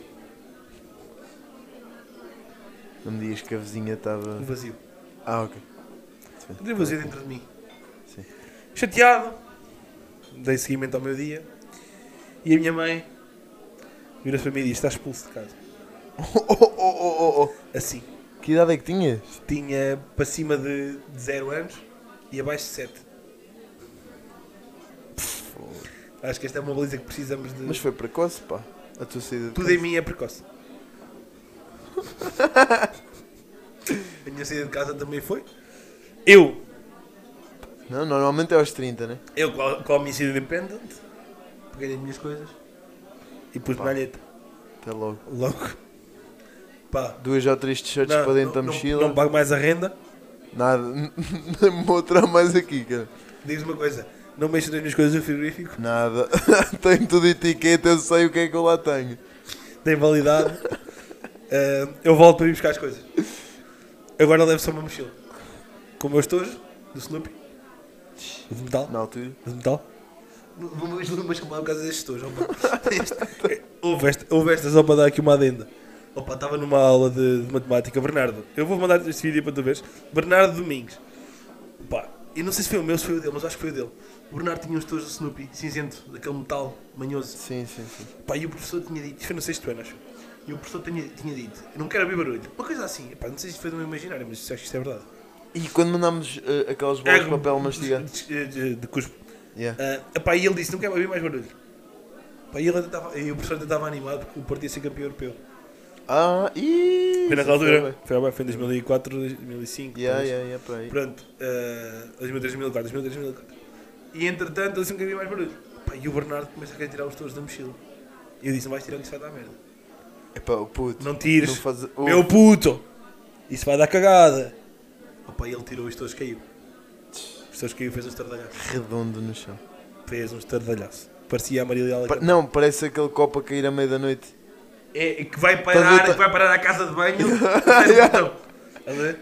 [SPEAKER 1] Não me digas que a vizinha estava.
[SPEAKER 2] um vazio.
[SPEAKER 1] Ah, ok.
[SPEAKER 2] Encontrei um vazio dentro de mim.
[SPEAKER 1] Sim.
[SPEAKER 2] Chateado, dei seguimento ao meu dia. E a minha mãe vira-se para mim e diz: Estás expulso de casa.
[SPEAKER 1] Oh, oh, oh, oh, oh.
[SPEAKER 2] Assim.
[SPEAKER 1] Que idade é que tinhas?
[SPEAKER 2] Tinha para cima de 0 anos e abaixo de 7. Acho que esta é uma baliza que precisamos de.
[SPEAKER 1] Mas foi precoce, pá. A tua saída de
[SPEAKER 2] Tudo
[SPEAKER 1] casa.
[SPEAKER 2] em mim é precoce. A minha saída de casa também foi. Eu
[SPEAKER 1] Não, normalmente é aos 30, né?
[SPEAKER 2] Eu co- como homicídio independent, peguei as minhas coisas e pus malheta.
[SPEAKER 1] Até logo.
[SPEAKER 2] Logo. Pá.
[SPEAKER 1] Duas ou três t-shirts para dentro da
[SPEAKER 2] não-
[SPEAKER 1] mochila.
[SPEAKER 2] Não, pago mais a renda.
[SPEAKER 1] Nada. Não vou tirar mais aqui, cara.
[SPEAKER 2] Diz uma coisa, não mexo nas minhas coisas no frigorífico,
[SPEAKER 1] Nada. tenho tudo etiqueta, eu sei o que é que eu lá tenho.
[SPEAKER 2] tem validade. Ah, eu volto para ir buscar as coisas. Agora levo só uma mochila. Com meus tojos, do Snoopy. O de metal.
[SPEAKER 1] Na altura.
[SPEAKER 2] De metal. Uma vez lembro-me chamar é por causa destes tojos. opa. Este- eh, Houve esta- houve esta só para dar aqui uma adenda. Opa, estava numa aula de, de matemática. Bernardo, eu vou mandar este vídeo para tu veres. Bernardo Domingues. Opa, eu não sei se foi o meu, se foi o dele, mas acho que foi o dele. O Bernardo tinha uns tojos do Snoopy, cinzento, daquele metal manhoso.
[SPEAKER 1] Sim, sim, sim.
[SPEAKER 2] Pá, e o professor tinha dito, isto foi no sexto ano, acho. eu. E o professor tinha, tinha dito, eu não quero abrir barulho. Uma coisa assim, pá, não sei se foi do meu imaginário, mas acho que isto é verdade.
[SPEAKER 1] E quando mandámos eh, aquelas bolas de papel mastigado?
[SPEAKER 2] De, de- de cuspo.
[SPEAKER 1] Yeah.
[SPEAKER 2] Ah, pá, e ele disse, não quero abrir mais barulho. Pá, e, ele tentava, e o professor estava animado porque o partido ia ser campeão europeu.
[SPEAKER 1] Ah, e
[SPEAKER 2] Foi naquela altura, foi, foi em 2004, 2005.
[SPEAKER 1] Yeah,
[SPEAKER 2] talvez.
[SPEAKER 1] yeah, yeah, por aí.
[SPEAKER 2] Pronto, ah, 2003, 2004, 2003, 2004. E entretanto, ele disse, não quero abrir mais barulho. Pá, e o Bernardo começa a querer tirar os touros da mochila. E eu disse, não vais tirar que isso vai dar merda.
[SPEAKER 1] Epá, o puto.
[SPEAKER 2] Não tires.
[SPEAKER 1] Não faz... o-
[SPEAKER 2] Meu puto! Isso vai dar cagada! Opa, ele tirou os todos caiu. Os todos caiu fez um estardalhaço.
[SPEAKER 1] Redondo no chão.
[SPEAKER 2] Fez um estardalhaço. Parecia a Maria Leal.
[SPEAKER 1] Pa- Não, parece aquele copo a cair à meia da noite.
[SPEAKER 2] É, é que vai
[SPEAKER 1] Estás a ver,
[SPEAKER 2] parar,
[SPEAKER 1] tá-
[SPEAKER 2] que vai parar à casa de banho. Estás a ver?
[SPEAKER 1] Está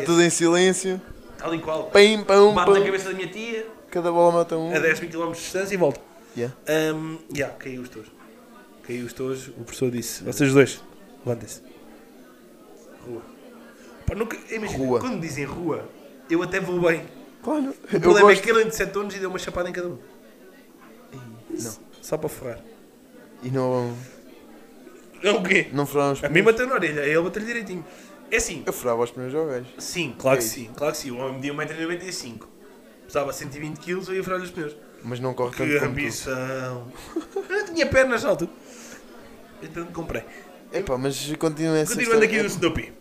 [SPEAKER 1] Tá tudo em silêncio.
[SPEAKER 2] Tal e qual.
[SPEAKER 1] Pim, pam,
[SPEAKER 2] Bate na
[SPEAKER 1] pam.
[SPEAKER 2] cabeça da minha tia,
[SPEAKER 1] Cada bola mata um.
[SPEAKER 2] a 10 mil km de distância e volta.
[SPEAKER 1] Yeah.
[SPEAKER 2] Ahm, yeah, caiu os tojos. Caiu os tojos, o professor disse: Vocês dois, levantem-se. Rua. Pá, nunca, imagina,
[SPEAKER 1] Rua.
[SPEAKER 2] quando dizem rua, eu até vou bem.
[SPEAKER 1] Claro.
[SPEAKER 2] O
[SPEAKER 1] Eu
[SPEAKER 2] problema é
[SPEAKER 1] gosto.
[SPEAKER 2] que ele é de 7 anos e deu uma chapada em cada um.
[SPEAKER 1] Não.
[SPEAKER 2] Só para forrar.
[SPEAKER 1] E não,
[SPEAKER 2] É o quê?
[SPEAKER 1] não furaram os
[SPEAKER 2] A mim
[SPEAKER 1] primeiros.
[SPEAKER 2] bateu na orelha, ele bateu direitinho. É assim,
[SPEAKER 1] Eu furava os primeiros jogos.
[SPEAKER 2] sim, claro que
[SPEAKER 1] É isso.
[SPEAKER 2] sim, claro que sim. O homem media 1,95m. Pesava 120kg, eu ia furar os pneus.
[SPEAKER 1] Mas não corre
[SPEAKER 2] Que
[SPEAKER 1] tanto como tu.
[SPEAKER 2] ambição! Eu não tinha pernas na altura. Então comprei.
[SPEAKER 1] Epá, mas continua essa
[SPEAKER 2] Continuando aqui
[SPEAKER 1] história.
[SPEAKER 2] do
[SPEAKER 1] é
[SPEAKER 2] Snoopy.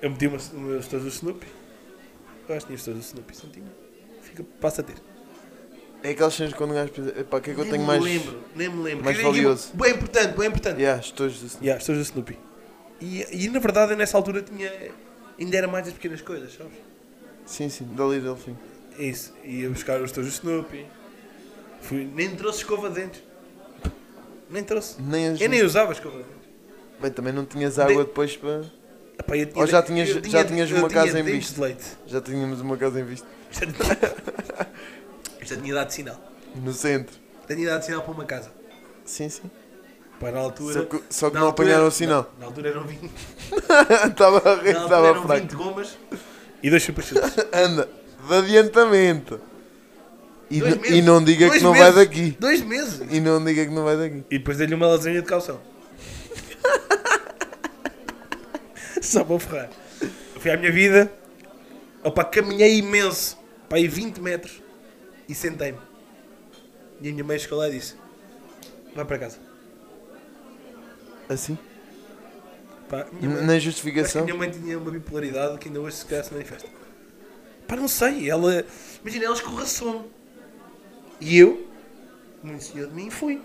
[SPEAKER 2] Eu meti uma, uma, os todos do Snoopy. Eu acho que tinha os todos do Snoopy, se não tinha. Fica, passa a ter.
[SPEAKER 1] É aquelas cenas quando o gajo pensa, epá, o que é que eu
[SPEAKER 2] nem
[SPEAKER 1] tenho
[SPEAKER 2] me
[SPEAKER 1] mais...
[SPEAKER 2] lembro, nem me lembro.
[SPEAKER 1] mais
[SPEAKER 2] Queria aqui uma-
[SPEAKER 1] valioso?
[SPEAKER 2] Bem importante, bem importante.
[SPEAKER 1] Yeah, estojos do
[SPEAKER 2] Yeah, estou do Snoopy. E, e na verdade, eu nessa altura tinha. Ainda era mais as pequenas coisas, sabes?
[SPEAKER 1] Sim, sim, dali Delfim.
[SPEAKER 2] Isso, ia buscar os teus do Snoopy. Fui, nem trouxe escova de dentes. Nem trouxe.
[SPEAKER 1] Nem as...
[SPEAKER 2] Eu nem usava escova de dentes.
[SPEAKER 1] Bem, também não tinhas água depois para...
[SPEAKER 2] Epá, eu tinha-
[SPEAKER 1] Ou já tinhas-
[SPEAKER 2] eu
[SPEAKER 1] já tinhas
[SPEAKER 2] eu
[SPEAKER 1] uma
[SPEAKER 2] tinha
[SPEAKER 1] casa em
[SPEAKER 2] dentes de leite.
[SPEAKER 1] Já tínhamos uma casa em vista.
[SPEAKER 2] Já tinha- já tinha dado sinal.
[SPEAKER 1] No centro.
[SPEAKER 2] Já tinha dado sinal para uma casa.
[SPEAKER 1] Sim, sim.
[SPEAKER 2] Pá, na altura.
[SPEAKER 1] Só que, só que
[SPEAKER 2] na
[SPEAKER 1] não
[SPEAKER 2] altura-
[SPEAKER 1] apanharam o
[SPEAKER 2] na-
[SPEAKER 1] sinal.
[SPEAKER 2] Na, altura eram 20,
[SPEAKER 1] Estava a rir,
[SPEAKER 2] na altura
[SPEAKER 1] estava
[SPEAKER 2] eram
[SPEAKER 1] fraco.
[SPEAKER 2] 20 gomas e dois chupa-chupas.
[SPEAKER 1] Anda, de adiantamento. E,
[SPEAKER 2] Dois
[SPEAKER 1] n-
[SPEAKER 2] meses.
[SPEAKER 1] e não diga
[SPEAKER 2] Dois
[SPEAKER 1] que não
[SPEAKER 2] meses.
[SPEAKER 1] vai daqui.
[SPEAKER 2] Dois meses.
[SPEAKER 1] E não diga que não vai daqui.
[SPEAKER 2] E depois dei-lhe uma lasanha de calção. Só para ferrar. Fui à minha vida. Opa, caminhei imenso. Pá, aí 20 metros. E sentei-me. E a minha mãe chegou lá e disse: Vai para casa.
[SPEAKER 1] Assim?
[SPEAKER 2] Pá, a minha
[SPEAKER 1] N-
[SPEAKER 2] mãe,
[SPEAKER 1] Na
[SPEAKER 2] acho que a
[SPEAKER 1] justificação?
[SPEAKER 2] minha mãe tinha uma bipolaridade que ainda hoje se calhar se manifesta. Pá, não sei. Ela. Imagina, ela escorraçou-me. E eu, muito senhor de mim, fui.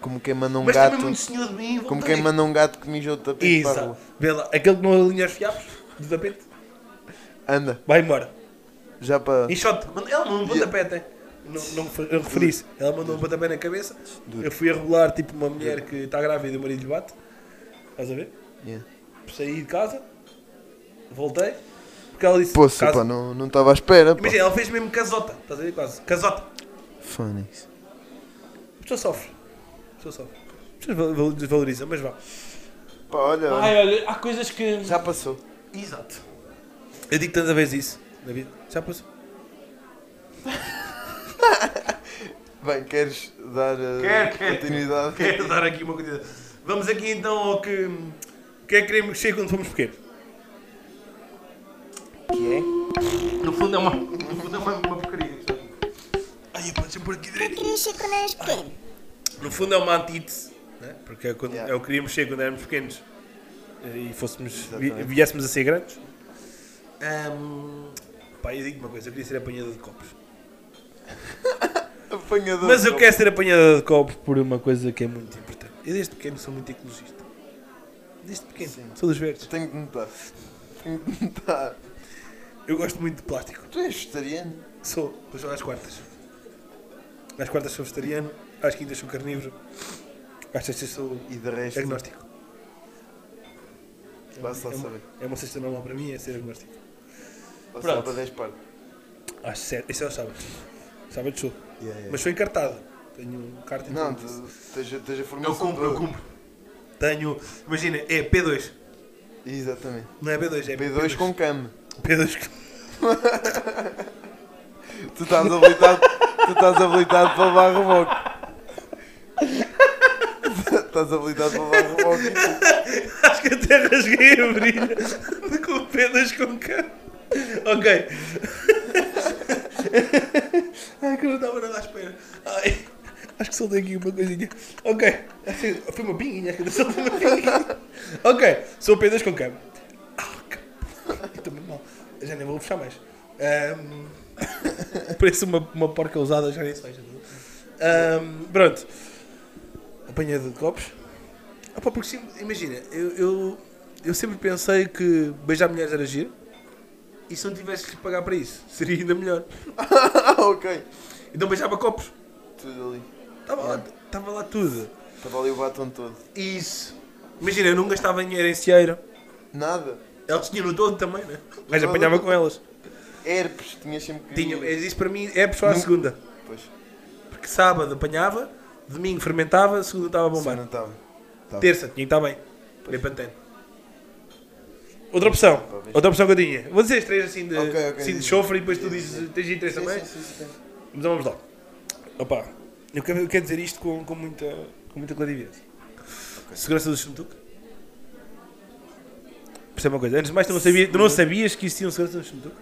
[SPEAKER 1] Como quem manda um
[SPEAKER 2] Mas
[SPEAKER 1] gato.
[SPEAKER 2] também muito senhor de mim,
[SPEAKER 1] Como
[SPEAKER 2] voltei.
[SPEAKER 1] quem manda um gato que mijou o tapete para a
[SPEAKER 2] Exato.
[SPEAKER 1] rua.
[SPEAKER 2] Vê lá, aquele que não alinha os fiapos do tapete,
[SPEAKER 1] Anda,
[SPEAKER 2] vai embora.
[SPEAKER 1] já para.
[SPEAKER 2] Enxote. Manda- Ela mandou um
[SPEAKER 1] Yeah.
[SPEAKER 2] pontapé até. Não, não foi- eu referi isso. Ela mandou um pontapé na cabeça.
[SPEAKER 1] Duro.
[SPEAKER 2] Eu fui a regular, tipo, uma mulher que está grávida e o marido lhe bate. Estás a ver?
[SPEAKER 1] Yeah.
[SPEAKER 2] Saí de casa, voltei, porque ela disse.
[SPEAKER 1] Poxa,
[SPEAKER 2] casa.
[SPEAKER 1] pá, não não estava à espera. Pá.
[SPEAKER 2] Imagina, ela fez mesmo casota. Estás a ver? Quase. Casota.
[SPEAKER 1] Fónix.
[SPEAKER 2] A pessoa sofre. A pessoa sofre. A pessoa val- val- desvaloriza, mas vá.
[SPEAKER 1] Pá, olha, olha.
[SPEAKER 3] Ai, olha, há coisas que.
[SPEAKER 1] já passou.
[SPEAKER 2] Exato. Eu digo tanta vez isso na vida. Já passou.
[SPEAKER 1] Bem, queres dar eh,
[SPEAKER 2] Quero, quero.
[SPEAKER 1] continuidade?
[SPEAKER 2] Quero dar aqui uma coisa. Vamos aqui então ao que. O que é que queremos ser quando fomos pequenos?
[SPEAKER 1] Que é?
[SPEAKER 2] No fundo é uma. No fundo é uma, uma porcaria. isto. Ai, eu posso um por aqui direito.
[SPEAKER 4] queria ser quando eras pequeno?
[SPEAKER 2] No fundo é uma antítese, né? porque é, quando,
[SPEAKER 1] Yeah.
[SPEAKER 2] é o que queríamos ser quando éramos pequenos e fôssemos, vi-
[SPEAKER 1] Exatamente.
[SPEAKER 2] viéssemos a ser grandes. Ahm, pá, Pá, eu digo uma coisa, eu queria ser apanhador de copos.
[SPEAKER 1] Apanhador.
[SPEAKER 2] Mas eu
[SPEAKER 1] de
[SPEAKER 2] quero ser apanhador de copos por uma coisa que é muito importante. Eu desde pequeno sou muito ecologista. Desde pequeno,
[SPEAKER 1] Sim.
[SPEAKER 2] sou
[SPEAKER 1] copos.
[SPEAKER 2] dos verdes.
[SPEAKER 1] Tenho que notar. Tenho que notar.
[SPEAKER 2] Eu gosto muito de plástico.
[SPEAKER 1] Tu és vegetariano?
[SPEAKER 2] Sou, mas só às quartas. Às quartas sou vegetariano, às quintas sou carnívoro, às sextas sou
[SPEAKER 1] E de resto.
[SPEAKER 2] agnóstico.
[SPEAKER 1] Basta
[SPEAKER 2] é,
[SPEAKER 1] lá
[SPEAKER 2] uma-
[SPEAKER 1] saber.
[SPEAKER 2] é uma sexta normal para mim, é ser agnóstico.
[SPEAKER 1] Basta lá
[SPEAKER 2] Pronto.
[SPEAKER 1] para 10 par.
[SPEAKER 2] Às sete, É. isso é aos sábados. Sábados sou.
[SPEAKER 1] Yeah, yeah.
[SPEAKER 2] Mas sou encartado. Tenho carta em
[SPEAKER 1] Não,
[SPEAKER 2] tudo.
[SPEAKER 1] tu- tens, a- tens a formação.
[SPEAKER 2] Eu cumpro, eu
[SPEAKER 1] toda.
[SPEAKER 2] cumpro. Tenho, imagina, é P2.
[SPEAKER 1] Exatamente.
[SPEAKER 2] Não é B2, é
[SPEAKER 1] B2 com cam.
[SPEAKER 2] P2 com-
[SPEAKER 1] Tu estás habilitado, tu estás habilitado para levar reboque. estás habilitado para levar reboque.
[SPEAKER 2] Acho que até rasguei a brilha com P2 com K. Ok. Ai, que eu não estava nada à espera. Ai, acho que soltei aqui uma coisinha. Ok. Assim, Foi uma pinguinha, acho que eu soltei uma pinguinha. Ok, sou P2 com K. Ah, que porra. Estou mesmo mal. Já nem vou puxar mais. Ahm, parece uma, uma porca usada, já nem sei. já não- Ahm, pronto. Apanhada de copos. Ah, pá, porque sim, imagina, eu, eu, eu sempre pensei que beijar mulheres era giro e se não tivesse que pagar para isso, seria ainda melhor.
[SPEAKER 1] Ah, ok.
[SPEAKER 2] Então beijava copos,
[SPEAKER 1] Tudo ali.
[SPEAKER 2] estava lá, estava lá tudo.
[SPEAKER 1] Estava ali o batom todo.
[SPEAKER 2] Isso. Imagina, eu não gastava dinheiro em cieira.
[SPEAKER 1] Nada.
[SPEAKER 2] Elas tinham no todo também, né? Mas apanhava com elas.
[SPEAKER 1] Herpes, tinhas sempre que.
[SPEAKER 2] Tinha, mas isso para mim é só a
[SPEAKER 1] Não-
[SPEAKER 2] segunda.
[SPEAKER 1] Pois.
[SPEAKER 2] Porque sábado apanhava, domingo fermentava, segunda estava a
[SPEAKER 1] Sim,
[SPEAKER 2] bombar.
[SPEAKER 1] não estava. Tá.
[SPEAKER 2] Terça, tinha que estar bem. Bem pantene. Outra opção.
[SPEAKER 1] Talvez.
[SPEAKER 2] Outra opção que eu tinha. Vou dizer as três assim de,
[SPEAKER 1] Ok, ok,
[SPEAKER 2] assim de
[SPEAKER 1] diz.
[SPEAKER 2] chofre e depois tu dizes tens de três
[SPEAKER 1] Sim,
[SPEAKER 2] também.
[SPEAKER 1] sim, sim, sim, sim.
[SPEAKER 2] Mas vamos lá. Opa, eu quero, eu quero dizer isto com, com muita, com muita clarividade. Segurança do Xuntuc. Percebe uma coisa? Antes de mais, tu não, sabia, tu não sabias que existiam segurança do Xuntuc?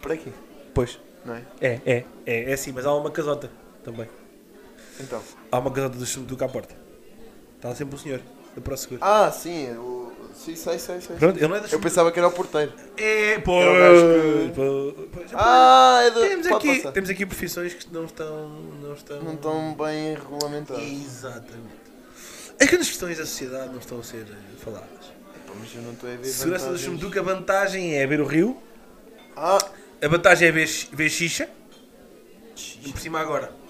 [SPEAKER 1] Para quê?
[SPEAKER 2] Pois.
[SPEAKER 1] Não é?
[SPEAKER 2] É, é, é, é sim, mas há uma casota também.
[SPEAKER 1] Então.
[SPEAKER 2] Há uma casota do Xuntuc à porta. Está lá sempre o senhor, da ProSeguro.
[SPEAKER 1] Ah, sim. O... Sim, sei, sei, sei.
[SPEAKER 2] Pronto, ele não é da
[SPEAKER 1] Eu
[SPEAKER 2] Xuntuc.
[SPEAKER 1] pensava que era o porteiro.
[SPEAKER 2] É,
[SPEAKER 1] É o gajo
[SPEAKER 2] pois,
[SPEAKER 1] que-
[SPEAKER 2] pois, pois.
[SPEAKER 1] Ah, é do...
[SPEAKER 2] temos,
[SPEAKER 1] Pode
[SPEAKER 2] aqui,
[SPEAKER 1] passar.
[SPEAKER 2] temos um aqui profissões que não estão. Não estão.
[SPEAKER 1] Não estão bem regulamentados.
[SPEAKER 2] Exatamente. As grandes questões da sociedade não estão a ser eh, faladas.
[SPEAKER 1] Pá, Mas eu não estou a ver.
[SPEAKER 2] Segurança do
[SPEAKER 1] vantagens.
[SPEAKER 2] Xunduca, a vantagem é ver o rio,
[SPEAKER 1] Ah,
[SPEAKER 2] a vantagem é ver, chi- ver xixa, e por cima agora.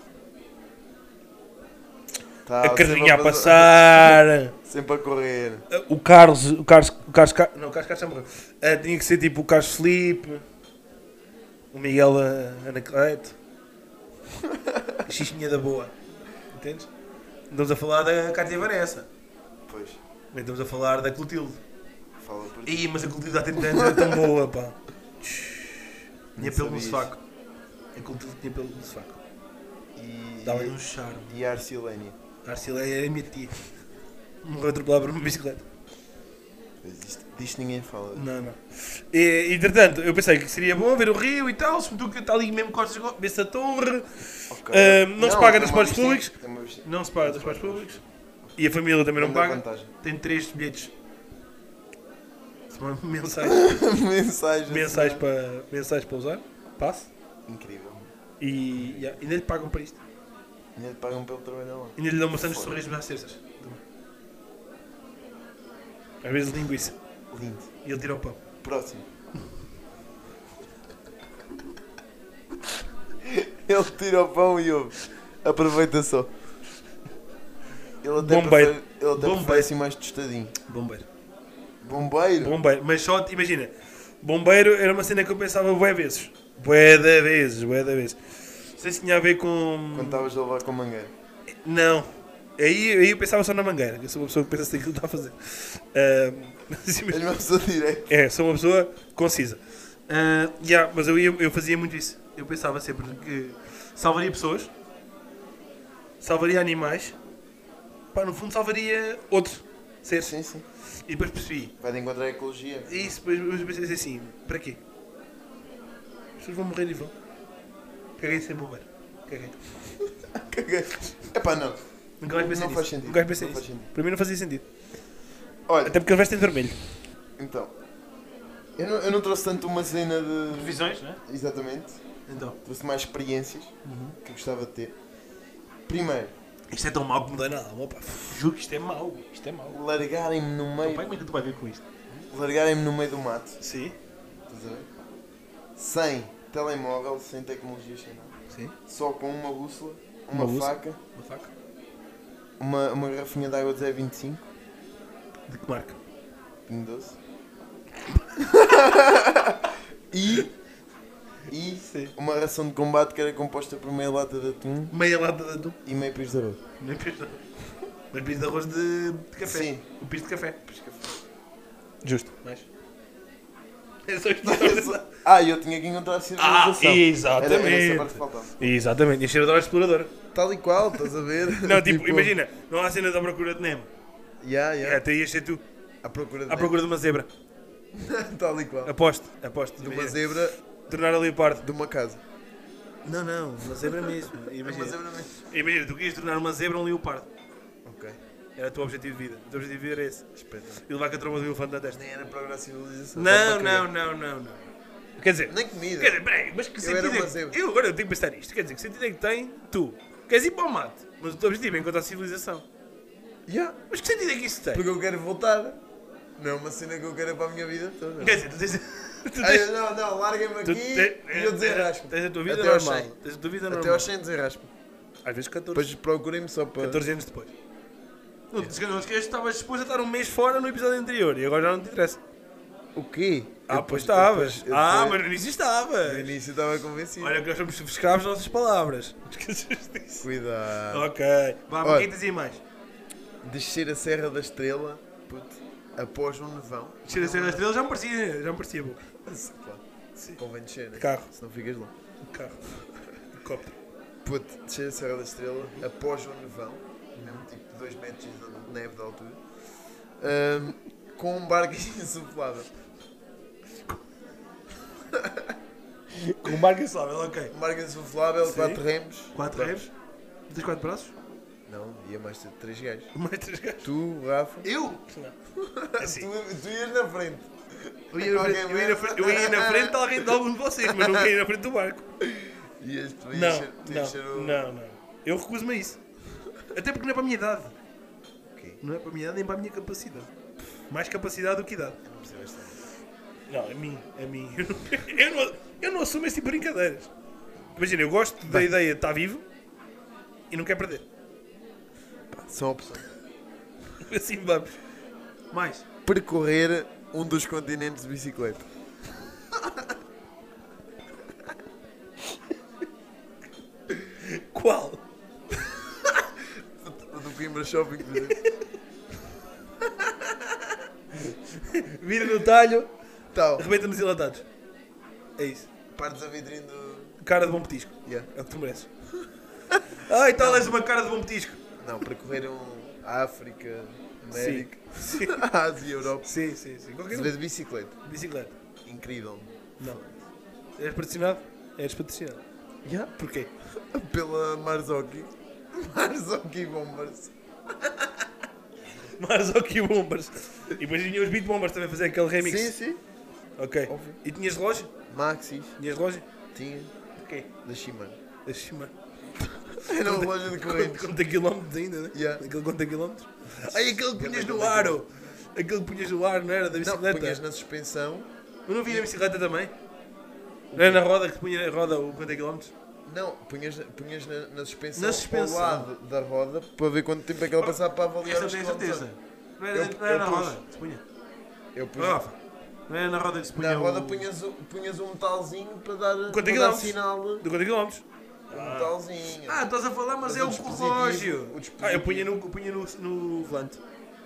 [SPEAKER 1] Tá,
[SPEAKER 2] A carrinha a
[SPEAKER 1] sempre
[SPEAKER 2] passar,
[SPEAKER 1] Sempre a correr.
[SPEAKER 2] eh, o Carlos, o Carlos, o Carlos, Ca- não, o Carlos Carlos já morreu. Eh, Tinha que ser tipo o Carlos Felipe, o Miguel eh, Anacleto, xixinha da boa, entendes? Não estamos a falar da Cátia Vanessa,
[SPEAKER 1] Pois,
[SPEAKER 2] nem estamos a falar da Clotilde.
[SPEAKER 1] fala por ti.
[SPEAKER 2] Ih, mas a cultura há 30 anos era tão boa, pá.
[SPEAKER 1] Nem
[SPEAKER 2] Tinha pelo no
[SPEAKER 1] sabias.
[SPEAKER 2] sovaco. A cultura tinha pelo no sovaco.
[SPEAKER 1] E,
[SPEAKER 2] Dava-lhe um charme.
[SPEAKER 1] e a Arcilénia.
[SPEAKER 2] A Arcileia era é minha tia. Morreu atropelada por uma bicicleta.
[SPEAKER 1] Mas Isto, disto ninguém fala.
[SPEAKER 2] Não, não. E, entretanto, eu pensei que seria bom ver o rio e tal, se me tu que está ali mesmo costas vê-se a torre,
[SPEAKER 1] Ok.
[SPEAKER 2] Ah, não se paga
[SPEAKER 1] tem
[SPEAKER 2] transportes
[SPEAKER 1] uma
[SPEAKER 2] públicos?
[SPEAKER 1] vestinha, tem uma vestinha.
[SPEAKER 2] não se paga dos pais públicos. E a família também não
[SPEAKER 1] Grande
[SPEAKER 2] paga.
[SPEAKER 1] vantagem.
[SPEAKER 2] Tem três bilhetes. Uma Mensais,
[SPEAKER 1] Mensagens.
[SPEAKER 2] mensais,
[SPEAKER 1] não é?
[SPEAKER 2] para, mensais para usar. Passe.
[SPEAKER 1] Incrível.
[SPEAKER 2] E yeah, ainda lhe pagam para isto.
[SPEAKER 1] Ainda te pagam pelo trabalho lá.
[SPEAKER 2] Ainda lhe dão maçãs de sorrismo às terças. Às vezes linguiça.
[SPEAKER 1] Lindo.
[SPEAKER 2] E ele tira o pão.
[SPEAKER 1] Próximo. Ele tira o pão e ouve. Aproveita só. Ele até
[SPEAKER 2] Bombeiro.
[SPEAKER 1] prefere- Ele até
[SPEAKER 2] Bombeiro.
[SPEAKER 1] prefere assim mais tostadinho.
[SPEAKER 2] Bombeiro.
[SPEAKER 1] Bombeiro?
[SPEAKER 2] Bombeiro. Mas só, imagina. Bombeiro era uma cena que eu pensava bué vezes. Bué da vezes, bué da vezes. Não sei se tinha a ver com...
[SPEAKER 1] Quando estavas a levar com a mangueira.
[SPEAKER 2] Não. Aí, aí eu pensava só na mangueira. que Eu sou uma pessoa que pensa naquilo que está a fazer. Ah, mas
[SPEAKER 1] És
[SPEAKER 2] imagina-
[SPEAKER 1] uma pessoa direita.
[SPEAKER 2] É, sou uma pessoa concisa. Ah, yeah, mas eu, ia- eu fazia muito isso. Eu pensava sempre que salvaria pessoas, salvaria animais, pá, no fundo salvaria outro ser.
[SPEAKER 1] Sim, sim.
[SPEAKER 2] E depois percebi.
[SPEAKER 1] Vai de encontrar a ecologia.
[SPEAKER 2] E isso, depois eu pensei assim: para quê? As pessoas vão morrer e vão. Caguei de ser bombeiro. Caguei.
[SPEAKER 1] Caguei. Epá, não.
[SPEAKER 2] Nunca mais pensei
[SPEAKER 1] Não
[SPEAKER 2] nisso.
[SPEAKER 1] faz sentido.
[SPEAKER 2] Nunca mais pensei
[SPEAKER 1] Não
[SPEAKER 2] nisso.
[SPEAKER 1] faz sentido.
[SPEAKER 2] Para mim não fazia sentido.
[SPEAKER 1] Olha,
[SPEAKER 2] Até porque eles vestem de vermelho.
[SPEAKER 1] então. Eu não, eu não trouxe tanto uma cena de.
[SPEAKER 3] Previsões, né?
[SPEAKER 1] Exatamente.
[SPEAKER 2] Então,
[SPEAKER 1] Trouxe mais experiências
[SPEAKER 2] Uhum.
[SPEAKER 1] que gostava de ter. Primeiro,
[SPEAKER 2] isto é tão mau que não dá nada. Opa,
[SPEAKER 3] Juro que isto é mau. Isto é mau.
[SPEAKER 1] largarem-me no
[SPEAKER 2] Tá
[SPEAKER 3] Teu pai,
[SPEAKER 1] meio.
[SPEAKER 3] como é que tu vai ver com isto?
[SPEAKER 1] Largarem-me no meio do mato.
[SPEAKER 2] sim,
[SPEAKER 1] Estás a ver? Sem telemóvel, sem tecnologia, sem nada.
[SPEAKER 2] sim.
[SPEAKER 1] Só com uma bússola,
[SPEAKER 2] Uma
[SPEAKER 1] uma,
[SPEAKER 2] bússola?
[SPEAKER 1] faca,
[SPEAKER 2] Uma faca.
[SPEAKER 1] uma, uma garrafinha de água de 0,25,
[SPEAKER 2] De que marca?
[SPEAKER 1] pinho doce. e. E
[SPEAKER 2] Sim.
[SPEAKER 1] uma ração de combate que era composta por meia lata de atum
[SPEAKER 2] Meia lata de atum.
[SPEAKER 1] e meio pis de arroz.
[SPEAKER 2] Nem pis de Mas pis de arroz de, de café.
[SPEAKER 1] Sim.
[SPEAKER 2] O pis de café.
[SPEAKER 1] Justo.
[SPEAKER 2] Mais. É só isto. que eu tava a pensar.
[SPEAKER 1] Ah, eu tinha que encontrar a civilização. Era- era essa parte que
[SPEAKER 2] Ah, exatamente.
[SPEAKER 1] faltava.
[SPEAKER 2] Exatamente. E a cheiradora exploradora.
[SPEAKER 1] Tal e qual, estás a ver?
[SPEAKER 2] Não, tipo, imagina, não há cenas à procura de Nemo. É,
[SPEAKER 1] Yeah, yeah.
[SPEAKER 2] Até ias ser tu
[SPEAKER 1] À procura de
[SPEAKER 2] à procura de uma zebra.
[SPEAKER 1] Tal e qual.
[SPEAKER 2] Aposto, aposto.
[SPEAKER 1] De uma
[SPEAKER 2] Imagina.
[SPEAKER 1] zebra
[SPEAKER 2] Tornar ali parte.
[SPEAKER 1] de uma casa. É
[SPEAKER 2] Não, não, uma zebra mesmo. Imagina.
[SPEAKER 1] mesmo.
[SPEAKER 2] Imagina, tu querias tornar uma zebra um leopardo.
[SPEAKER 1] Ok.
[SPEAKER 2] Era o teu objetivo de vida. O teu objetivo de vida era esse.
[SPEAKER 1] Espetáculo.
[SPEAKER 2] E levar com a tromba do elefante na testa.
[SPEAKER 1] Nem era para a civilização.
[SPEAKER 2] Não, não, não, não, não. Quer dizer,
[SPEAKER 1] Nem comida.
[SPEAKER 2] quer dizer, peraí, mas que
[SPEAKER 1] Eu era
[SPEAKER 2] sentido
[SPEAKER 1] uma
[SPEAKER 2] é
[SPEAKER 1] zebra.
[SPEAKER 2] que... Eu agora eu tenho que pensar nisto. Quer dizer, que sentido é que tem tu? Queres ir para o mato, mas o teu objetivo é encontrar a civilização.
[SPEAKER 1] Yeah,
[SPEAKER 2] Mas que sentido é que isso tem?
[SPEAKER 1] porque eu quero voltar. Não é uma cena que eu quero para a minha vida toda.
[SPEAKER 2] Quer dizer, tu tens... Tu
[SPEAKER 1] Ah,
[SPEAKER 2] tens...
[SPEAKER 1] eu- não, não, larguem-me
[SPEAKER 2] Tu
[SPEAKER 1] aqui
[SPEAKER 2] te- é,
[SPEAKER 1] e eu desenrasco.
[SPEAKER 2] Tens a tua vida
[SPEAKER 1] Até aos
[SPEAKER 2] normal.
[SPEAKER 1] 100.
[SPEAKER 2] Tens a tua vida
[SPEAKER 1] Até
[SPEAKER 2] normal.
[SPEAKER 1] aos 100 desenrasco.
[SPEAKER 2] Às vezes 14,
[SPEAKER 1] Depois procurem-me só para.
[SPEAKER 2] 14 anos depois. É. Não, te esqueças que estavas disposto a estar um mês fora no episódio anterior e agora já não te interessa.
[SPEAKER 1] O quê?
[SPEAKER 2] Ah,
[SPEAKER 1] Eu depois-
[SPEAKER 2] pois estavas.
[SPEAKER 1] depois- eu
[SPEAKER 2] Ah,
[SPEAKER 1] depois-
[SPEAKER 2] mas no início estavas.
[SPEAKER 1] No início estava convencido.
[SPEAKER 2] Olha que nós somos escravos das nossas palavras. Não esqueças disso.
[SPEAKER 1] Cuidado.
[SPEAKER 2] Ok. Vá, mas
[SPEAKER 1] Olha.
[SPEAKER 2] quem dizia mais?
[SPEAKER 1] Descer a Serra da Estrela, puto, após um nevão.
[SPEAKER 2] Cheira a ser das estrelas já me parecia, já me parecia bom.
[SPEAKER 1] Claro.
[SPEAKER 2] Sim.
[SPEAKER 1] Convém descer, né?
[SPEAKER 2] Carro.
[SPEAKER 1] Senão ficas lá.
[SPEAKER 2] Carro. Cóptero.
[SPEAKER 1] Puto, descer a Serra da Estrela, após um nevão, mesmo tipo 2 metros de neve de altura, ahm, com um barco insuflável.
[SPEAKER 2] Com marca instável, ok.
[SPEAKER 1] Um barco insuflável,
[SPEAKER 2] Sim.
[SPEAKER 1] 4 remos.
[SPEAKER 2] 4 reves. Tens 4 braços?
[SPEAKER 1] Não, ia mais ter 3 gajos.
[SPEAKER 2] Mais 3 gajos.
[SPEAKER 1] Tu, Rafa.
[SPEAKER 2] Eu? Não. Assim.
[SPEAKER 1] Tu, tu ias na frente.
[SPEAKER 2] Eu ia, na frente, eu, ia na frente, eu ia na frente de alguém de algum de vocês, mas não ia na frente do barco.
[SPEAKER 1] Ias, tu ias
[SPEAKER 2] Não,
[SPEAKER 1] ser- tu ias ser
[SPEAKER 2] não,
[SPEAKER 1] o-
[SPEAKER 2] não, não. Eu recuso-me a isso. Até porque não é para a minha idade.
[SPEAKER 1] Ok.
[SPEAKER 2] Não é para a minha idade nem para a minha capacidade. Mais capacidade do que idade.
[SPEAKER 1] Não percebo esta música.
[SPEAKER 2] Não, a mim, a mim. Eu não, eu não, eu não assumo esse tipo de brincadeiras. Imagina, eu gosto da ideia de estar vivo e não quero perder.
[SPEAKER 1] São opções.
[SPEAKER 2] Assim vamos. Mais.
[SPEAKER 1] percorrer um dos continentes de bicicleta.
[SPEAKER 2] Qual?
[SPEAKER 1] O do Coimbra Shopping, por exemplo.
[SPEAKER 2] Vida no talho,
[SPEAKER 1] Tal.
[SPEAKER 2] arrebenta nos enlatados. É isso.
[SPEAKER 1] Partes a vitrine do.
[SPEAKER 2] Cara de bom petisco.
[SPEAKER 1] Yeah.
[SPEAKER 2] É o que tu mereces. Ai, tal és uma cara de bom petisco.
[SPEAKER 1] Não, percorrer um. África, América,
[SPEAKER 2] Sim.
[SPEAKER 1] Ásia, Europa.
[SPEAKER 2] Sim, sim, sim. Qualquer
[SPEAKER 1] Se vê de bicicleta.
[SPEAKER 2] um. Bicicleta.
[SPEAKER 1] Incrível.
[SPEAKER 2] Não. És patrocinado? És patrocinado.
[SPEAKER 1] Já?
[SPEAKER 2] Porquê?
[SPEAKER 1] Pela Marzocchi. Marzocchi Bombers.
[SPEAKER 2] Mas ok, bombas. E depois vinham os beat bombas também fazer aquele remix.
[SPEAKER 1] Sim, sim.
[SPEAKER 2] Ok.
[SPEAKER 1] Óbvio.
[SPEAKER 2] E tinhas loja?
[SPEAKER 1] Maxis.
[SPEAKER 2] Tinhas loja?
[SPEAKER 1] Tinha.
[SPEAKER 2] Ok.
[SPEAKER 1] Da Shimano.
[SPEAKER 2] Acima.
[SPEAKER 1] Era uma loja de
[SPEAKER 2] Conta,
[SPEAKER 1] correntes.
[SPEAKER 2] conta é quilómetros ainda, né?
[SPEAKER 1] Yeah.
[SPEAKER 2] Aquele conta quilómetros. Ai, aquele que punhas
[SPEAKER 1] Conta
[SPEAKER 2] no
[SPEAKER 1] quilómetros.
[SPEAKER 2] aro. Aquele que punhas no ar, não era? Da
[SPEAKER 1] Não,
[SPEAKER 2] bicicleta.
[SPEAKER 1] punhas na suspensão.
[SPEAKER 2] Eu não vi na bicicleta também. Não era na roda que punha na roda o quanto é quilómetros?
[SPEAKER 1] Não, punhas, punhas na, na suspensão
[SPEAKER 2] Na suspensão.
[SPEAKER 1] ao lado da roda para ver quanto tempo é que ela passava para avaliar
[SPEAKER 2] Essa eu
[SPEAKER 1] os
[SPEAKER 2] tenho
[SPEAKER 1] quilómetros.
[SPEAKER 2] certeza. Não era,
[SPEAKER 1] Eu-
[SPEAKER 2] não era
[SPEAKER 1] eu
[SPEAKER 2] na
[SPEAKER 1] pus.
[SPEAKER 2] roda que se punha.
[SPEAKER 1] Eu punha,
[SPEAKER 2] Rafa, não era na roda que se punha.
[SPEAKER 1] na roda
[SPEAKER 2] o-
[SPEAKER 1] punhas, o- punhas um metalzinho para dar, para
[SPEAKER 2] Quanto é que
[SPEAKER 1] dar
[SPEAKER 2] damos?
[SPEAKER 1] sinal. Um
[SPEAKER 2] Do quanto é quilómetros?
[SPEAKER 1] metalzinho.
[SPEAKER 2] Ah, estás a falar, mas,
[SPEAKER 1] Mas
[SPEAKER 2] é
[SPEAKER 1] o
[SPEAKER 2] o
[SPEAKER 1] dispositivo-
[SPEAKER 2] relógio.
[SPEAKER 1] o
[SPEAKER 2] Ah, eu
[SPEAKER 1] dispositivo.
[SPEAKER 2] punha no, eu punha no, no volante.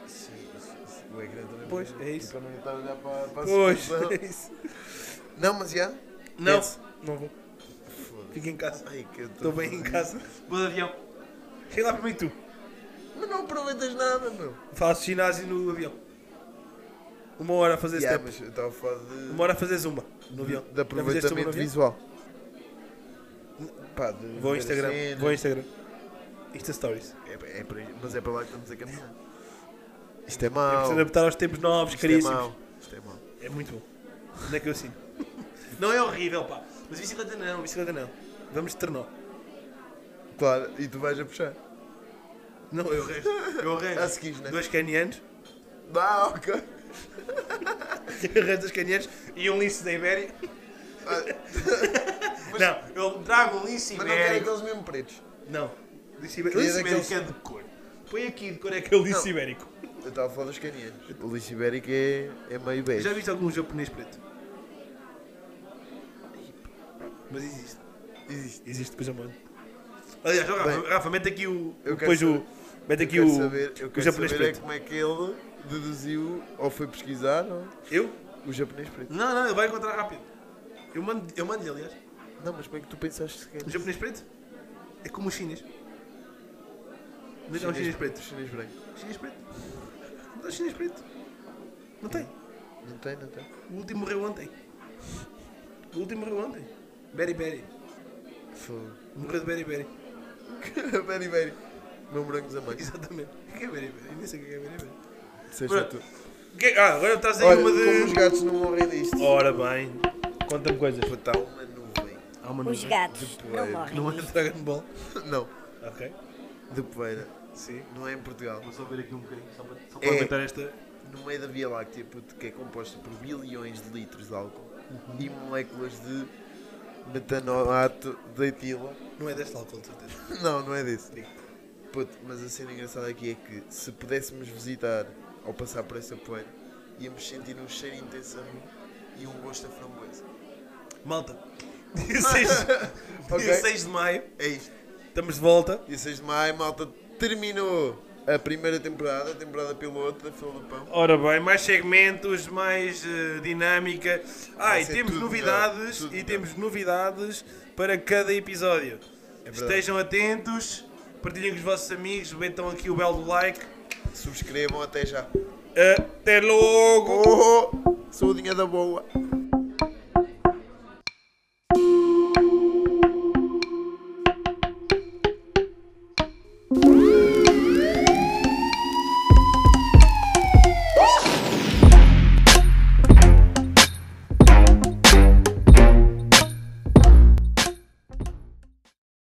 [SPEAKER 1] Sim, isso- isso- o ecrã também.
[SPEAKER 2] Pois,
[SPEAKER 1] punha,
[SPEAKER 2] é isso.
[SPEAKER 1] Para não estar a olhar para, para a
[SPEAKER 2] Pois,
[SPEAKER 1] suspensão.
[SPEAKER 2] é isso.
[SPEAKER 1] Não, mas já.
[SPEAKER 2] Não,
[SPEAKER 1] Pense.
[SPEAKER 2] não vou.
[SPEAKER 1] Foda-se.
[SPEAKER 2] Fico em casa.
[SPEAKER 1] Ai, que eu
[SPEAKER 2] Estou bem em casa. Vou de avião. Chega lá para mim tu.
[SPEAKER 1] Mas não aproveitas nada, meu.
[SPEAKER 2] Faço ginásio no avião. Uma hora a fazer
[SPEAKER 1] Yeah,
[SPEAKER 2] step.
[SPEAKER 1] mas eu estava a falar de,
[SPEAKER 2] Uma hora a fazer zumba é- no avião.
[SPEAKER 1] de
[SPEAKER 2] Já fizeste zumba no
[SPEAKER 1] aproveitamento
[SPEAKER 2] avião?
[SPEAKER 1] visual. Pá, de
[SPEAKER 2] Vou ao
[SPEAKER 1] ver a
[SPEAKER 2] Instagram.
[SPEAKER 1] cena.
[SPEAKER 2] Vou ao Instagram. Insta Stories.
[SPEAKER 1] É, é para- mas é para lá que estamos a caminhar. Isto é
[SPEAKER 2] É
[SPEAKER 1] mau.
[SPEAKER 2] preciso adaptar aos tempos novos,
[SPEAKER 1] Isto é
[SPEAKER 2] caríssimos.
[SPEAKER 1] mau. Isto é mau.
[SPEAKER 2] É muito bom. Onde é que eu assino? Não é horrível, pá. Mas bicicleta não, bicicleta não. Vamos de trenó.
[SPEAKER 1] Claro, e tu vais a puxar.
[SPEAKER 2] Não, eu arranjo. Eu arranjo.
[SPEAKER 1] A seguir, né?
[SPEAKER 2] Dois canianos.
[SPEAKER 1] Ah, ok.
[SPEAKER 2] Eu arranjo dois canianos e um lince da Ibéria. Ah, não, eu trago um lince
[SPEAKER 1] Mas não quero
[SPEAKER 2] ibérico.
[SPEAKER 1] aqueles mesmo pretos.
[SPEAKER 2] Não. Lince ibérico.
[SPEAKER 1] Queria
[SPEAKER 2] Lince
[SPEAKER 1] daqueles-
[SPEAKER 2] ibérico é de cor. Põe aqui de cor é aquele lince
[SPEAKER 1] Não.
[SPEAKER 2] ibérico.
[SPEAKER 1] Eu estava a falar dos canianos. O lixo ibérico é, é meio bege.
[SPEAKER 2] Já viste algum japonês preto? Mas existe.
[SPEAKER 1] Existe.
[SPEAKER 2] Existe, depois eu mando. Aliás, ó, Rafa,
[SPEAKER 1] Bem,
[SPEAKER 2] Rafa, mete aqui o.
[SPEAKER 1] eu quero
[SPEAKER 2] Depois o.
[SPEAKER 1] saber-
[SPEAKER 2] Mete
[SPEAKER 1] Eu
[SPEAKER 2] aqui
[SPEAKER 1] quero
[SPEAKER 2] o.
[SPEAKER 1] saber, eu
[SPEAKER 2] O
[SPEAKER 1] quero
[SPEAKER 2] japonês
[SPEAKER 1] saber é
[SPEAKER 2] preto.
[SPEAKER 1] como é que ele deduziu ou foi pesquisar ou...
[SPEAKER 2] Eu?
[SPEAKER 1] o japonês preto.
[SPEAKER 2] Não, não, ele vai encontrar rápido. Eu mando, eu mando aliás.
[SPEAKER 1] Não, mas como é que tu pensaste que
[SPEAKER 2] O
[SPEAKER 1] era?
[SPEAKER 2] japonês preto é como o chinês. Mas é um chinês preto.
[SPEAKER 1] Chinês branco.
[SPEAKER 2] Chinês preto. Não tem chinês preto. Não tem.
[SPEAKER 1] Não tem, não tem.
[SPEAKER 2] O último morreu ontem. O último morreu ontem. Berry Berry.
[SPEAKER 1] Fogo.
[SPEAKER 2] Morreu de Berry Berry.
[SPEAKER 1] Beri, beri. Meu branco desamante.
[SPEAKER 2] Exatamente. O que é Berry Berry? Nem sei o que é Berry Berry.
[SPEAKER 1] Disseste
[SPEAKER 2] Pronto.
[SPEAKER 1] tu.
[SPEAKER 2] Que- Ah, agora estás aí
[SPEAKER 1] Olha,
[SPEAKER 2] uma
[SPEAKER 1] como os
[SPEAKER 2] de. Oh,
[SPEAKER 1] gatos não morrem disto.
[SPEAKER 2] Ora bem. Conta-me coisas.
[SPEAKER 1] Está uma nuvem.
[SPEAKER 2] Há uma
[SPEAKER 4] Os
[SPEAKER 2] nuvem.
[SPEAKER 4] gatos não
[SPEAKER 1] poeira.
[SPEAKER 4] morrem.
[SPEAKER 2] né? Não é Dragon Ball.
[SPEAKER 1] Não,
[SPEAKER 2] Ok.
[SPEAKER 1] de poeira.
[SPEAKER 2] Sim.
[SPEAKER 1] Não é em Portugal.
[SPEAKER 2] Vou só ver aqui um bocadinho, só para, só
[SPEAKER 1] para aumentar
[SPEAKER 2] esta.
[SPEAKER 1] No meio da Via Láctea, puto, que é composta por bilhões de litros de álcool e moléculas de metanoato de etila.
[SPEAKER 2] Não é deste álcool, de certeza.
[SPEAKER 1] Não, não é desse.
[SPEAKER 2] Digo.
[SPEAKER 1] Puto, mas a cena engraçada aqui é que se pudéssemos visitar ao passar por essa poeira, íamos sentir um cheiro intenso a mim e um gosto a framboesa.
[SPEAKER 2] Malta, dia 6,
[SPEAKER 1] Ok.
[SPEAKER 2] dia 6 de maio,
[SPEAKER 1] É isto.
[SPEAKER 2] estamos de volta.
[SPEAKER 1] Dia 6 de maio, malta, terminou a primeira temporada, a temporada piloto da Fila do Pão.
[SPEAKER 2] Ora bem, mais segmentos, mais eh, dinâmica. Ah,
[SPEAKER 1] Vai
[SPEAKER 2] e
[SPEAKER 1] ser
[SPEAKER 2] temos
[SPEAKER 1] tudo
[SPEAKER 2] novidades,
[SPEAKER 1] melhor, tudo
[SPEAKER 2] e
[SPEAKER 1] melhor.
[SPEAKER 2] temos novidades para cada episódio.
[SPEAKER 1] verdade.
[SPEAKER 2] Estejam atentos, partilhem com os vossos amigos, metam aqui o belo do like.
[SPEAKER 1] Subscrevam, até já.
[SPEAKER 2] Até logo!
[SPEAKER 1] Oh, saudinha da boa.